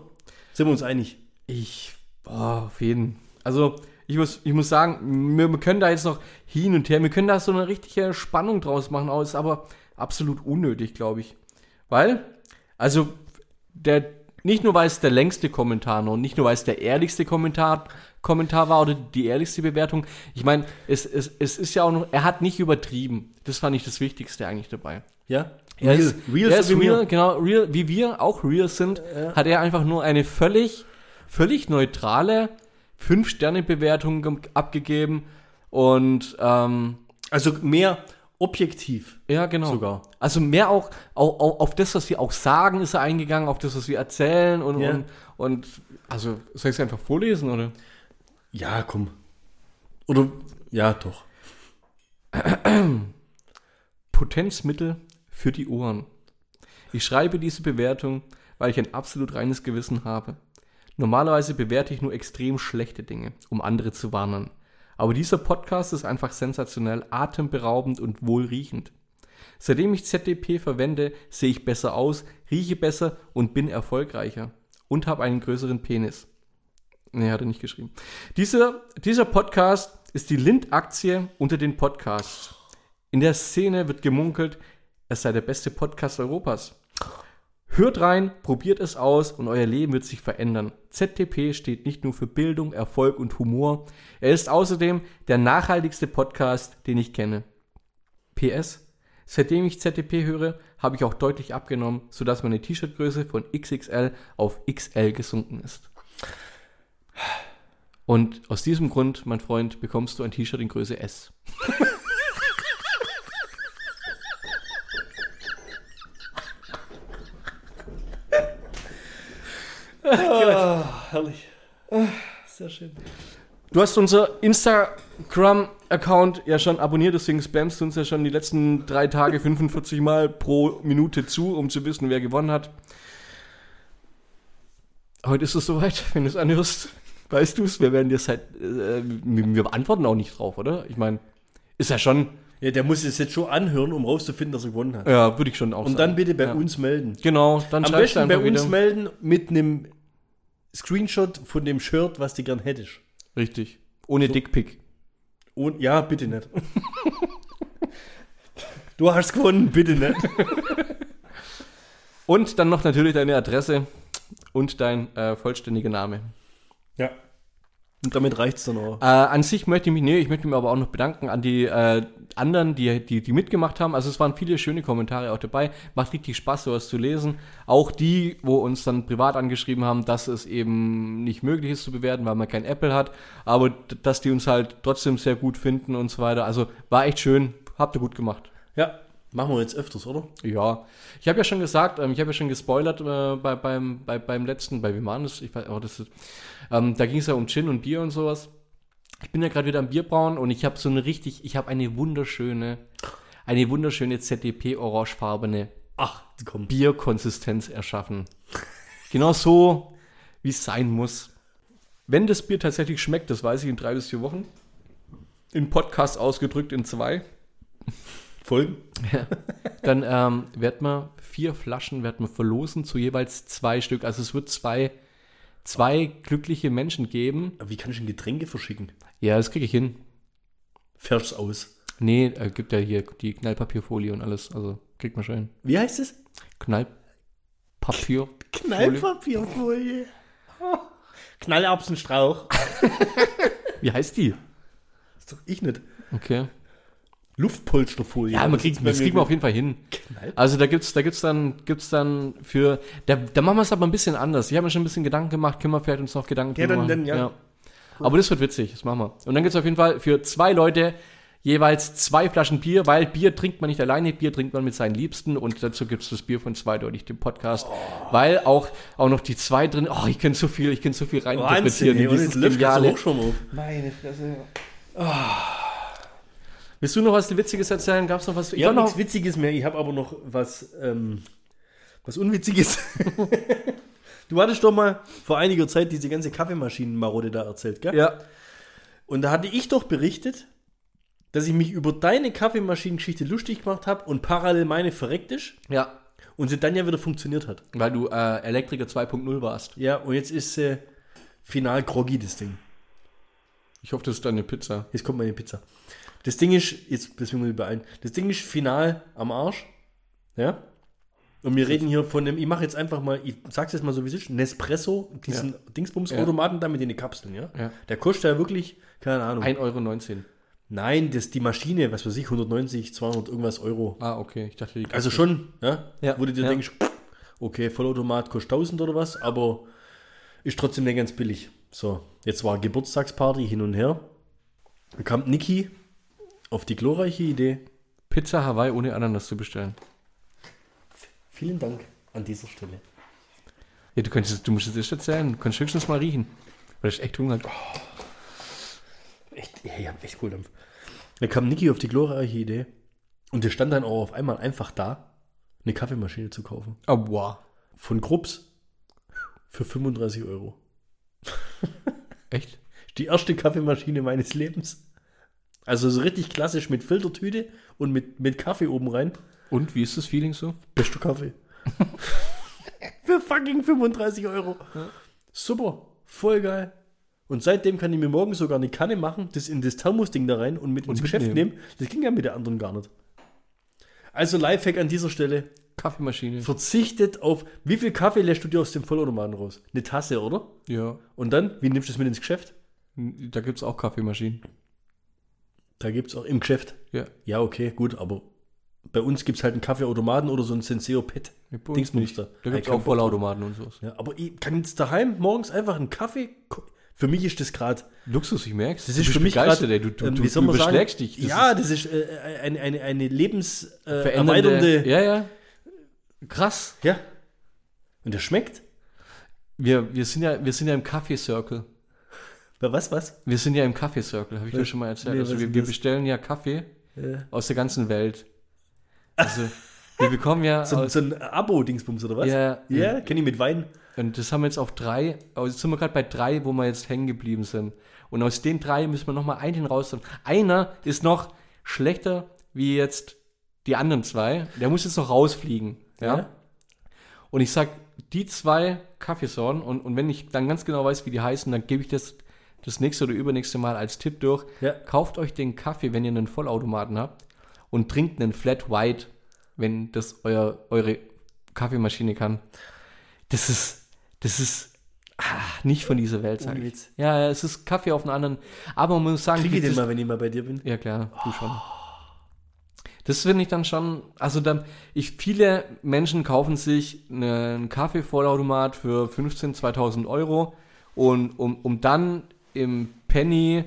Sind wir uns einig? Ich, boah, auf jeden. Also, ich muss, ich muss sagen, wir, wir können da jetzt noch hin und her, wir können da so eine richtige Spannung draus machen, aber es ist aber absolut unnötig, glaube ich. Weil, also, der, nicht nur weil es der längste Kommentar noch, und nicht nur weil es der ehrlichste Kommentar, Kommentar war oder die ehrlichste Bewertung, ich meine, es, es, es ist ja auch noch, er hat nicht übertrieben. Das fand ich das Wichtigste eigentlich dabei. Ja? Er ist real, er ist so wie wir. real, genau, real, wie wir auch real sind, hat er einfach nur eine völlig, völlig neutrale 5-Sterne-Bewertung gem- abgegeben und, ähm, Also, mehr objektiv. ja, genau. Sogar. Also mehr auch, auch, auch auf das, was wir auch sagen, ist er eingegangen, auf das, was wir erzählen und, Ja. und, und also soll ich es einfach vorlesen, oder? Ja, komm. Oder, ja, doch. Potenzmittel für die Ohren. Ich schreibe diese Bewertung, weil ich ein absolut reines Gewissen habe. Normalerweise bewerte ich nur extrem schlechte Dinge, um andere zu warnen. Aber dieser Podcast ist einfach sensationell, atemberaubend und wohlriechend. Seitdem ich ZDP verwende, sehe ich besser aus, rieche besser und bin erfolgreicher. Und habe einen größeren Penis. Nee, hat er nicht geschrieben. Dieser, dieser Podcast ist die Lind-Aktie unter den Podcasts. In der Szene wird gemunkelt, es sei der beste Podcast Europas. Hört rein, probiert es aus und euer Leben wird sich verändern. ZTP steht nicht nur für Bildung, Erfolg und Humor. Er ist außerdem der nachhaltigste Podcast, den ich kenne. PS. Seitdem ich ZTP höre, habe ich auch deutlich abgenommen, sodass meine T-Shirt-Größe von XXL auf XL gesunken ist. Und aus diesem Grund, mein Freund, bekommst du ein T-Shirt in Größe S. Ah, Herrlich. Ah, Sehr schön. Du hast unser Instagram-Account ja schon abonniert, deswegen spamst du uns ja schon die letzten drei Tage 45 Mal pro Minute zu, um zu wissen, wer gewonnen hat. Heute ist es soweit, wenn du es anhörst. Weißt du es, wir werden dir seit. Äh, wir, wir antworten auch nicht drauf, oder? Ich meine, ist ja schon. Ja, der muss es jetzt schon anhören, um rauszufinden, dass er gewonnen hat. Ja, würde ich schon auch Und dann bitte bei uns melden. Genau, dann Am schreibst du besten bei einfach uns wieder. melden mit einem Screenshot von dem Shirt, was du gern hättest. Richtig. Ohne Dickpick. Und ja, bitte nicht. du hast gewonnen, bitte nicht. Und dann noch natürlich deine Adresse und dein äh, vollständiger Name. Ja. Und damit reicht's dann auch. Äh, an sich möchte ich mich, nee, ich möchte mich aber auch noch bedanken an die äh, anderen, die, die, die mitgemacht haben. Also es waren viele schöne Kommentare auch dabei. Macht richtig Spaß, sowas zu lesen. Auch die, wo uns dann privat angeschrieben haben, dass es eben nicht möglich ist zu bewerten, weil man kein Apple hat, aber d- dass die uns halt trotzdem sehr gut finden und so weiter. Also war echt schön, habt ihr gut gemacht. Ja. Machen wir jetzt öfters, oder? Ja, ich habe ja schon gesagt, ähm, ich habe ja schon gespoilert äh, bei, beim, bei, beim letzten, bei wem war das? Ich weiß, oh, das ist, ähm, da ging es ja um Gin und Bier und sowas. Ich bin ja gerade wieder am Bierbrauen und ich habe so eine richtig, ich habe eine wunderschöne, eine wunderschöne ZDP orangefarbene Ach, komm. Bierkonsistenz erschaffen. Genau so, wie es sein muss. Wenn das Bier tatsächlich schmeckt, das weiß ich in drei bis vier Wochen. Im Podcast ausgedrückt in zwei. Folgen. Dann ähm, werden wir vier Flaschen werden wir verlosen zu jeweils zwei Stück. Also es wird zwei, zwei glückliche Menschen geben. Wie kann ich denn Getränke verschicken? Ja, das kriege ich hin. Fährst aus. Nee, äh, gibt ja hier die Knallpapierfolie und alles. Also kriegt man schon hin. Wie heißt es? Knallpapier. Knallpapierfolie. Knallerbsenstrauch. Wie heißt die? Das doch ich nicht. Okay. Luftpolsterfolie. Ja, man kriegt, das kriegen wir auf jeden Fall hin. Knall- Also da gibt's, da gibt's dann, gibt's dann für, da, da machen wir es aber ein bisschen anders. Ich habe mir schon ein bisschen Gedanken gemacht, können wir vielleicht uns noch Gedanken Ja, drüber dann- machen. dann, ja. Aber das wird witzig, das machen wir. Und dann gibt's auf jeden Fall für zwei Leute jeweils zwei Flaschen Bier, weil Bier trinkt man nicht alleine, Bier trinkt man mit seinen Liebsten und dazu gibt's das Bier von zweideutig, dem Podcast, Oh. weil auch, auch noch die zwei drin, oh, ich kann so viel, ich kann so viel Oh, Wahnsinn, reininterpretieren ey, in und dieses jetzt läuft das geniale. auch schon auf. Willst du noch was Witziges erzählen? Gab's noch was? Ich habe war noch- nichts Witziges mehr, ich habe aber noch was, ähm, was Unwitziges. *laughs* du hattest doch mal vor einiger Zeit diese ganze Kaffeemaschinenmarode da erzählt, gell? ja. Und da hatte ich doch berichtet, dass ich mich über deine Kaffeemaschinengeschichte lustig gemacht habe und parallel meine verreckt ist ja, und sie dann ja wieder funktioniert hat. weil du äh, Elektriker 2.0 warst. Ja, und jetzt ist äh, final groggy das Ding. Ich hoffe, das ist deine Pizza. Jetzt kommt meine Pizza. Das Ding ist, jetzt deswegen muss ich beeilen, das Ding ist final am Arsch. Ja? Und wir reden hier von dem, ich mache jetzt einfach mal, ich sag's jetzt mal so wie es ist, Nespresso, diesen Dingsbums-Automaten da mit den Kapseln, ja? Ja. Der kostet ja wirklich, keine Ahnung. 1,19 Euro. Nein, das, die Maschine, was weiß ich, 190, 200 irgendwas Euro. Ah, okay. Ich dachte, die Also schon, ja? Ja. Wo du dir Ja. denkst, okay, Vollautomat kostet 1000 oder was, aber ist trotzdem nicht ganz billig. So, jetzt war Geburtstagsparty hin und her. Da kam Niki auf die glorreiche Idee. Pizza Hawaii ohne Ananas zu bestellen. Vielen Dank an dieser Stelle. Ja, du könntest, du musst es erst erzählen. Du kannst höchstens mal riechen. Weil ich echt Hunger habe. Echt, ja, ich hab echt Kohldampf. Da kam Niki auf die glorreiche Idee und der stand dann auch auf einmal einfach da, eine Kaffeemaschine zu kaufen. Oh, wow. Von Krups für 35 Euro. Echt? Die erste Kaffeemaschine meines Lebens. Also so richtig klassisch mit Filtertüte und mit, mit Kaffee oben rein. Und wie ist das Feeling so? Bester Kaffee. Für fucking 35 Euro. Super, voll geil. Und seitdem kann ich mir morgens sogar eine Kanne machen, das in das Thermosding da rein und mit ins Geschäft mitnehmen. nehmen. Das ging ja mit der anderen gar nicht. Also Lifehack an dieser Stelle. Kaffeemaschine. Verzichtet auf, wie viel Kaffee lässt du dir aus dem Vollautomaten raus? Eine Tasse, oder? Ja. Und dann, wie nimmst du es mit ins Geschäft? Da gibt es auch Kaffeemaschinen. Da gibt es auch im Geschäft. Ja. Ja, okay, gut, aber bei uns gibt es halt einen Kaffeeautomaten oder so ein Senseo Pet. Bei uns Dingsmuster. nicht. Da gibt es Ey, auch Vollautomaten und sowas. Ja, aber ich kann jetzt daheim morgens einfach einen Kaffee. ko- Für mich ist das gerade. Luxus, ich merk's. Das du ist bist für mich begeistert, grad, ey. Du, du, ähm, du, wie soll du man sagen? beschlägst dich. Das ja, ist das ist äh, eine, eine, eine, lebenserweiternde. Äh, verändernde- erweiternde- Ja, ja. Krass. ja. Und der schmeckt? Wir, wir, sind ja, wir sind ja im Kaffee-Circle. Bei was, was? Wir sind ja im Kaffee-Circle, habe ich dir schon mal erzählt. nee, also was wir, ist wir das? bestellen ja Kaffee Ja. aus der ganzen Welt. Also wir *laughs* bekommen ja So, aus, so ein Abo-Dingsbums oder was? also- Ja. Ja, kenn ich mit Wein. und das haben wir jetzt auf drei, also jetzt sind wir gerade bei drei, wo wir jetzt hängen geblieben sind. Und aus den drei müssen wir nochmal einen rausholen. Einer ist noch schlechter wie jetzt die anderen zwei. Der muss jetzt noch rausfliegen. Ja. Ja. Und ich sag die zwei Kaffeesorten und, und wenn ich dann ganz genau weiß, wie die heißen, dann gebe ich das das nächste oder übernächste Mal als Tipp durch. Ja. Kauft euch den Kaffee, wenn ihr einen Vollautomaten habt und trinkt einen Flat White, wenn das euer, eure Kaffeemaschine kann. Das ist, das ist ah, nicht von dieser Welt, sag Ohne ich. Witz. Ja, ja, es ist Kaffee auf einen anderen. Aber man muss sagen, Krieg ich dieses- den mal, wenn ich mal Oh. bei dir bin. ja, klar, du schon. Das finde ich dann schon, also dann, ich, viele Menschen kaufen sich einen Kaffee-Vollautomat für 15.000, 2.000 Euro und um, um dann im Penny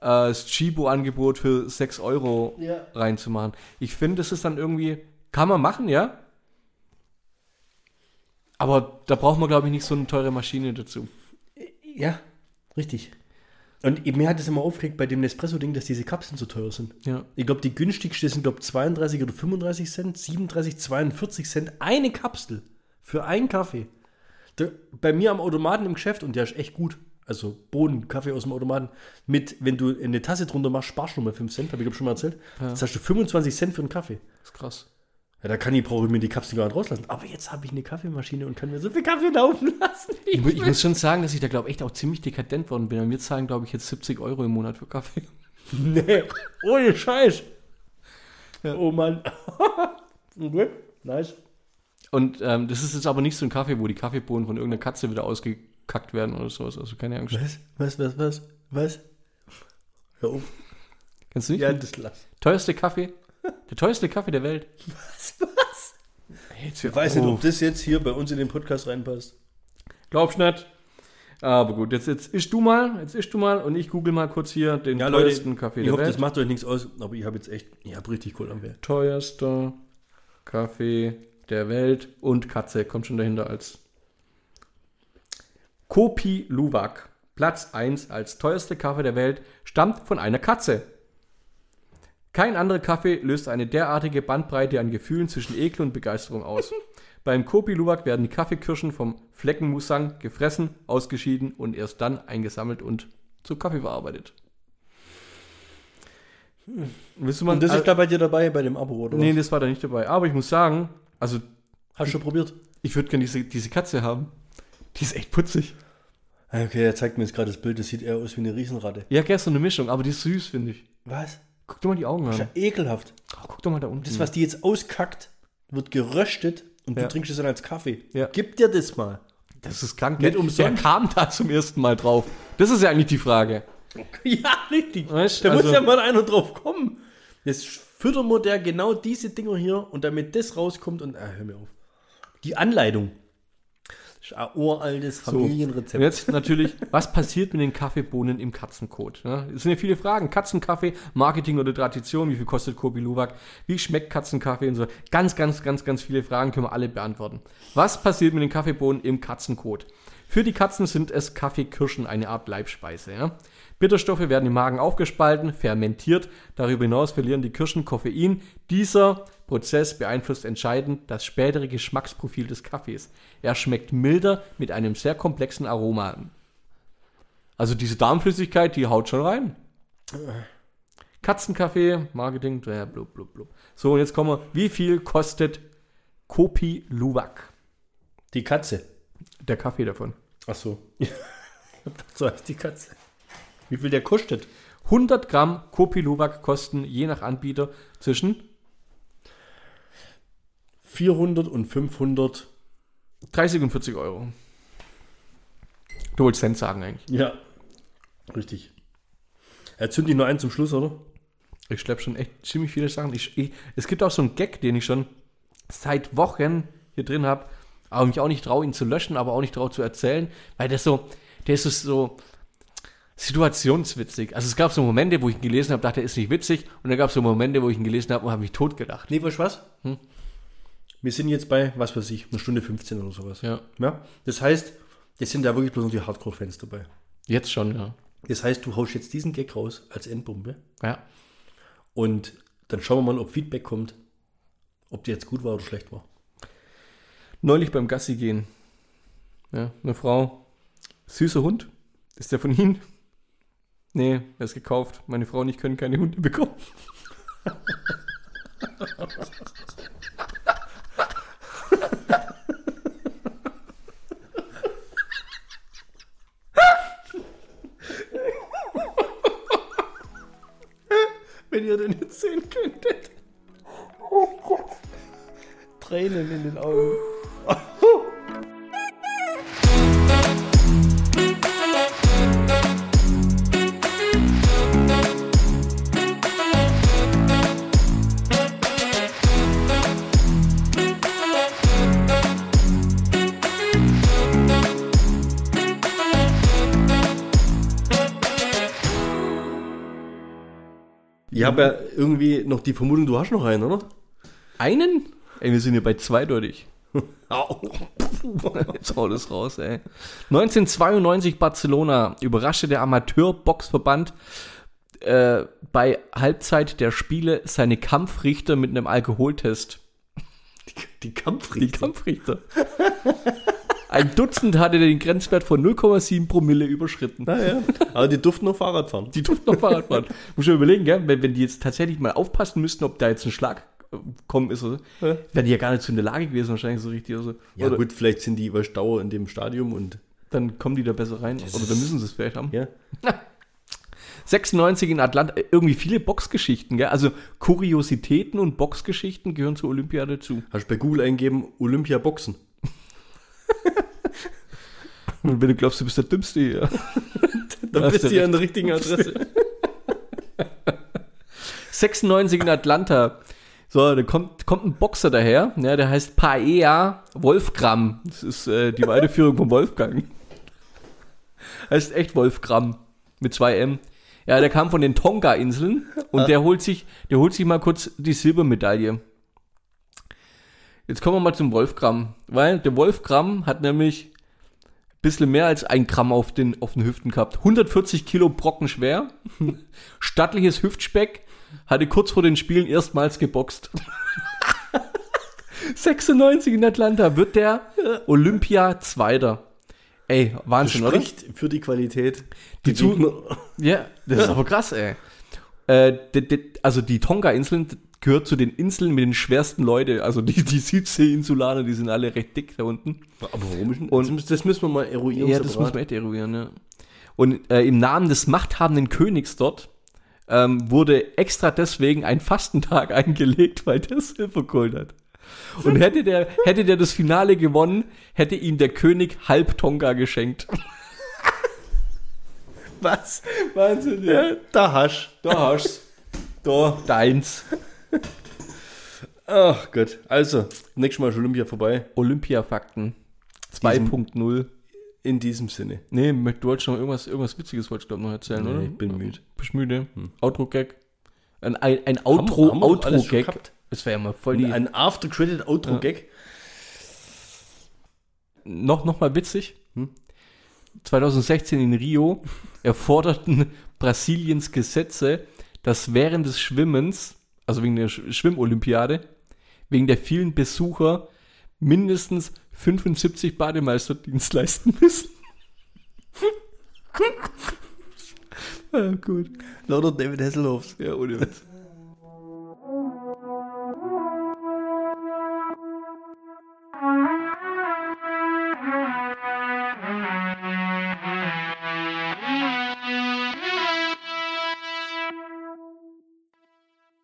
äh, das Chibo-Angebot für 6 Euro Ja. reinzumachen. Ich finde, das ist dann irgendwie, kann man machen, ja? Aber da braucht man, glaube ich, nicht so eine teure Maschine dazu. Ja, richtig. Und mir hat es immer aufgeregt bei dem Nespresso-Ding, dass diese Kapseln so teuer sind. Ja. Ich glaube, die günstigste sind, glaube 32 oder 35 Cent, 37, 42 Cent. Eine Kapsel für einen Kaffee. Da, bei mir am Automaten im Geschäft und der ist echt gut. Also Bohnen, Kaffee aus dem Automaten. Mit, wenn du eine Tasse drunter machst, sparst du nochmal 5 Cent, habe ich glaub, schon mal erzählt. Jetzt hast du 25 Cent für einen Kaffee. Das ist krass. Ja, da kann ich, brauche ich mir die Kapseln gar nicht rauslassen. Aber jetzt habe ich eine Kaffeemaschine und kann mir so viel Kaffee *laughs* laufen lassen. wie Ich, mu- will. ich muss schon sagen, dass ich da, glaube ich, echt auch ziemlich dekadent worden bin. Und wir zahlen, glaube ich, jetzt 70 Euro im Monat für Kaffee. Nee, ohne Scheiß. Oh Mann. *laughs* okay, nice. Und ähm, das ist jetzt aber nicht so ein Kaffee, wo die Kaffeebohnen von irgendeiner Katze wieder ausgekackt werden oder sowas. Also keine Angst. Was? Was, was, was? Was? Hör auf. Kennst du nicht? Ja, das lass. Teuerste Kaffee? Der teuerste Kaffee der Welt. Was, was? Ich weiß nicht, ob das jetzt hier bei uns in den Podcast reinpasst. Glaubst nicht. Aber gut, jetzt, jetzt isch du mal, jetzt isch du mal und ich google mal kurz hier den Ja, Leute, teuersten Kaffee ich der hoffe, das Welt. macht euch nichts aus, aber ich habe jetzt echt, ich habe richtig cool am Wert. Teuerster Kaffee der Welt und Katze, kommt schon dahinter als Kopi Luwak. Platz 1 als teuerster Kaffee der Welt stammt von einer Katze. Kein anderer Kaffee löst eine derartige Bandbreite an Gefühlen zwischen Ekel und *laughs* Begeisterung aus. Beim Kopi Luwak werden die Kaffeekirschen vom Fleckenmusang gefressen, ausgeschieden und erst dann eingesammelt und zu Kaffee verarbeitet. Willst du mal Hm. also Und das Al- ist da bei dir dabei, bei dem Abo, oder? Nee, was? das war da nicht dabei. Aber ich muss sagen, also Hast du schon probiert? ich würde gerne diese, diese Katze haben. Die ist echt putzig. Ah, Okay, er zeigt mir jetzt gerade das Bild, das sieht eher aus wie eine Riesenratte. Ja, gestern eine Mischung, aber die ist süß, finde ich. Was? Guck doch mal die Augen Das ist an. ja ekelhaft. Oh, guck doch mal da unten. Das, was die jetzt auskackt, wird geröstet und Ja. du trinkst es dann als Kaffee. Ja. Gib dir das mal. das ist krank. Nicht Wer- umsonst. Wer kam da zum ersten Mal drauf? Das ist ja eigentlich die Frage. *laughs* Ja, richtig. Weißt, da also- muss ja mal einer drauf kommen. Jetzt füttern wir der genau diese Dinger hier und damit das rauskommt und. Ah, hör mir auf. Die Anleitung. Das ist ein uraltes Und Familienrezept. jetzt natürlich, was passiert mit den Kaffeebohnen im Katzenkot? Ne? Es sind ja viele Fragen. Katzenkaffee, Marketing oder Tradition, wie viel kostet Kobi Luwak, wie schmeckt Katzenkaffee und so. Ganz, ganz, ganz, ganz viele Fragen können wir alle beantworten. Was passiert mit den Kaffeebohnen im Katzenkot? Für die Katzen sind es Kaffeekirschen, eine Art Leibspeise. Ja? Bitterstoffe werden im Magen aufgespalten, fermentiert. Darüber hinaus verlieren die Kirschen Koffein. Dieser Prozess beeinflusst entscheidend das spätere Geschmacksprofil des Kaffees. Er schmeckt milder mit einem sehr komplexen Aroma. Also diese Darmflüssigkeit, die haut schon rein. Katzenkaffee, Marketing, äh, blub, blub, blub. So, und jetzt kommen wir. Wie viel kostet Kopi Luwak? Die Katze. Der Kaffee davon. Ach so. *laughs* Ich hab gedacht, so heißt die Katze. Wie viel der kostet? 100 Gramm Kopi Luwak kosten je nach Anbieter zwischen 400 und 500. 30 und 40 Euro. Du wolltest Cent sagen eigentlich. Ja. Richtig. Er zündet dich nur einen zum Schluss, oder? Ich schleppe schon echt ziemlich viele Sachen. Ich, ich, es gibt auch so einen Gag, den ich schon seit Wochen hier drin habe, aber mich auch nicht traue, ihn zu löschen, aber auch nicht traue zu erzählen, weil der so, der ist so situationswitzig. Also es gab so Momente, wo ich ihn gelesen habe, dachte, er ist nicht witzig, und dann gab es so Momente, wo ich ihn gelesen habe und habe mich totgelacht. Nee, weißt du was? Wir sind jetzt bei, was weiß ich, eine Stunde 15 oder sowas. Ja. ja? Das heißt, es sind da wirklich bloß noch die Hardcore-Fans dabei. Jetzt schon, ja. Das heißt, du haust jetzt diesen Gag raus als Endbombe Ja. und dann schauen wir mal, ob Feedback kommt, ob der jetzt gut war oder schlecht war. Neulich beim Gassi gehen. Ja, eine Frau. Süßer Hund. Ist der von Ihnen? Nee, er ist gekauft. Meine Frau und ich können keine Hunde bekommen. Wenn ihr den jetzt sehen könntet. Tränen in den Augen. Ich habe ja irgendwie noch die Vermutung, du hast noch einen, oder? Einen? Ey, wir sind hier bei zweideutig. Au. Jetzt hau das raus, ey. 1992 Barcelona überraschte der Amateurboxverband äh, bei Halbzeit der Spiele seine Kampfrichter mit einem Alkoholtest. Die Kampfrichter. Die Kampfrichter. Ein Dutzend hatte den Grenzwert von 0,7 Promille überschritten. Naja. Aber Ah, die durften noch Fahrrad fahren. Die durften noch Fahrrad *laughs* fahren. Muss ich mir überlegen, gell? Wenn, wenn die jetzt tatsächlich mal aufpassen müssten, ob da jetzt ein Schlag äh, gekommen ist, oder? so, Ja. wären die ja gar nicht so in der Lage gewesen, wahrscheinlich so richtig. Also, Ja, oder gut, vielleicht sind die über Stau in dem Stadium und. dann kommen die da besser rein. Oder dann müssen sie es vielleicht haben. Ja. 96 in Atlanta, äh, irgendwie viele Boxgeschichten, gell? Also Kuriositäten und Boxgeschichten gehören zur Olympiade dazu. Hast du bei Google eingeben, Olympia Boxen. Und wenn du glaubst, du bist der Dümmste *laughs* hier. Dann Hast bist du du ja an der richtigen Adresse. 96 in Atlanta. So, da kommt, kommt ein Boxer daher, ne, der heißt Paea Wolfgram. Das ist äh, die Weiterführung von Wolfgang. Heißt echt Wolfgram mit zwei M. Ja, der kam von den Tonga-Inseln und der holt sich, der holt sich mal kurz die Silbermedaille. Jetzt kommen wir mal zum Wolfgram, weil der Wolfgram hat nämlich ein bisschen mehr als ein Gramm auf den, auf den Hüften gehabt. 140 Kilo Brocken *laughs* schwer, stattliches Hüftspeck, hatte kurz vor den Spielen erstmals *laughs* geboxt. 96 in Atlanta wird der Olympia Zweiter. Ey, Wahnsinn, oder? Spricht für die Qualität. Die der Zu- Gegner. Ja, das ist aber krass, ey. Äh, de, de, also die Tonga-Inseln gehört zu den Inseln mit den schwersten Leute. Also die, die Südsee-Insulaner, die sind alle recht dick da unten. Aber warum ist denn Und- das? Das müssen wir mal eruieren. Ja, das muss man echt eruieren, ja. Und äh, im Namen des machthabenden Königs dort ähm, wurde extra deswegen ein Fastentag *laughs* eingelegt, weil der Silber geholt hat. Und hätte der, hätte der das Finale gewonnen, hätte ihm der König halb Tonga geschenkt. *laughs* Was? Wahnsinn, Ja, da hast Da hast Da, deins. Ach Gott. Also, nächstes Mal ist Olympia vorbei. Olympia-Fakten. Diesem- 2.0. In diesem Sinne. Nee, mit- du wolltest noch irgendwas, irgendwas Witziges wolltest du, glaube ich, noch erzählen, oder? Nee, ich bin müde. Hm. Bist müde? Outro-Gag? Ein, ein, ein Outro- haben wir doch alles schon Outro-Gag. gehabt? das wäre ja mal voll die... Ein After-Credit-Outro-Gag. noch, noch mal witzig. Hm. 2016 in Rio *laughs* erforderten Brasiliens Gesetze, dass während des Schwimmens, also wegen der Sch- Schwimmolympiade, wegen der vielen Besucher mindestens 75 Bademeister Dienst leisten *laughs* müssen. ah, gut. Ah, Lauter David Hasselhoffs. Ja, ohne Witz.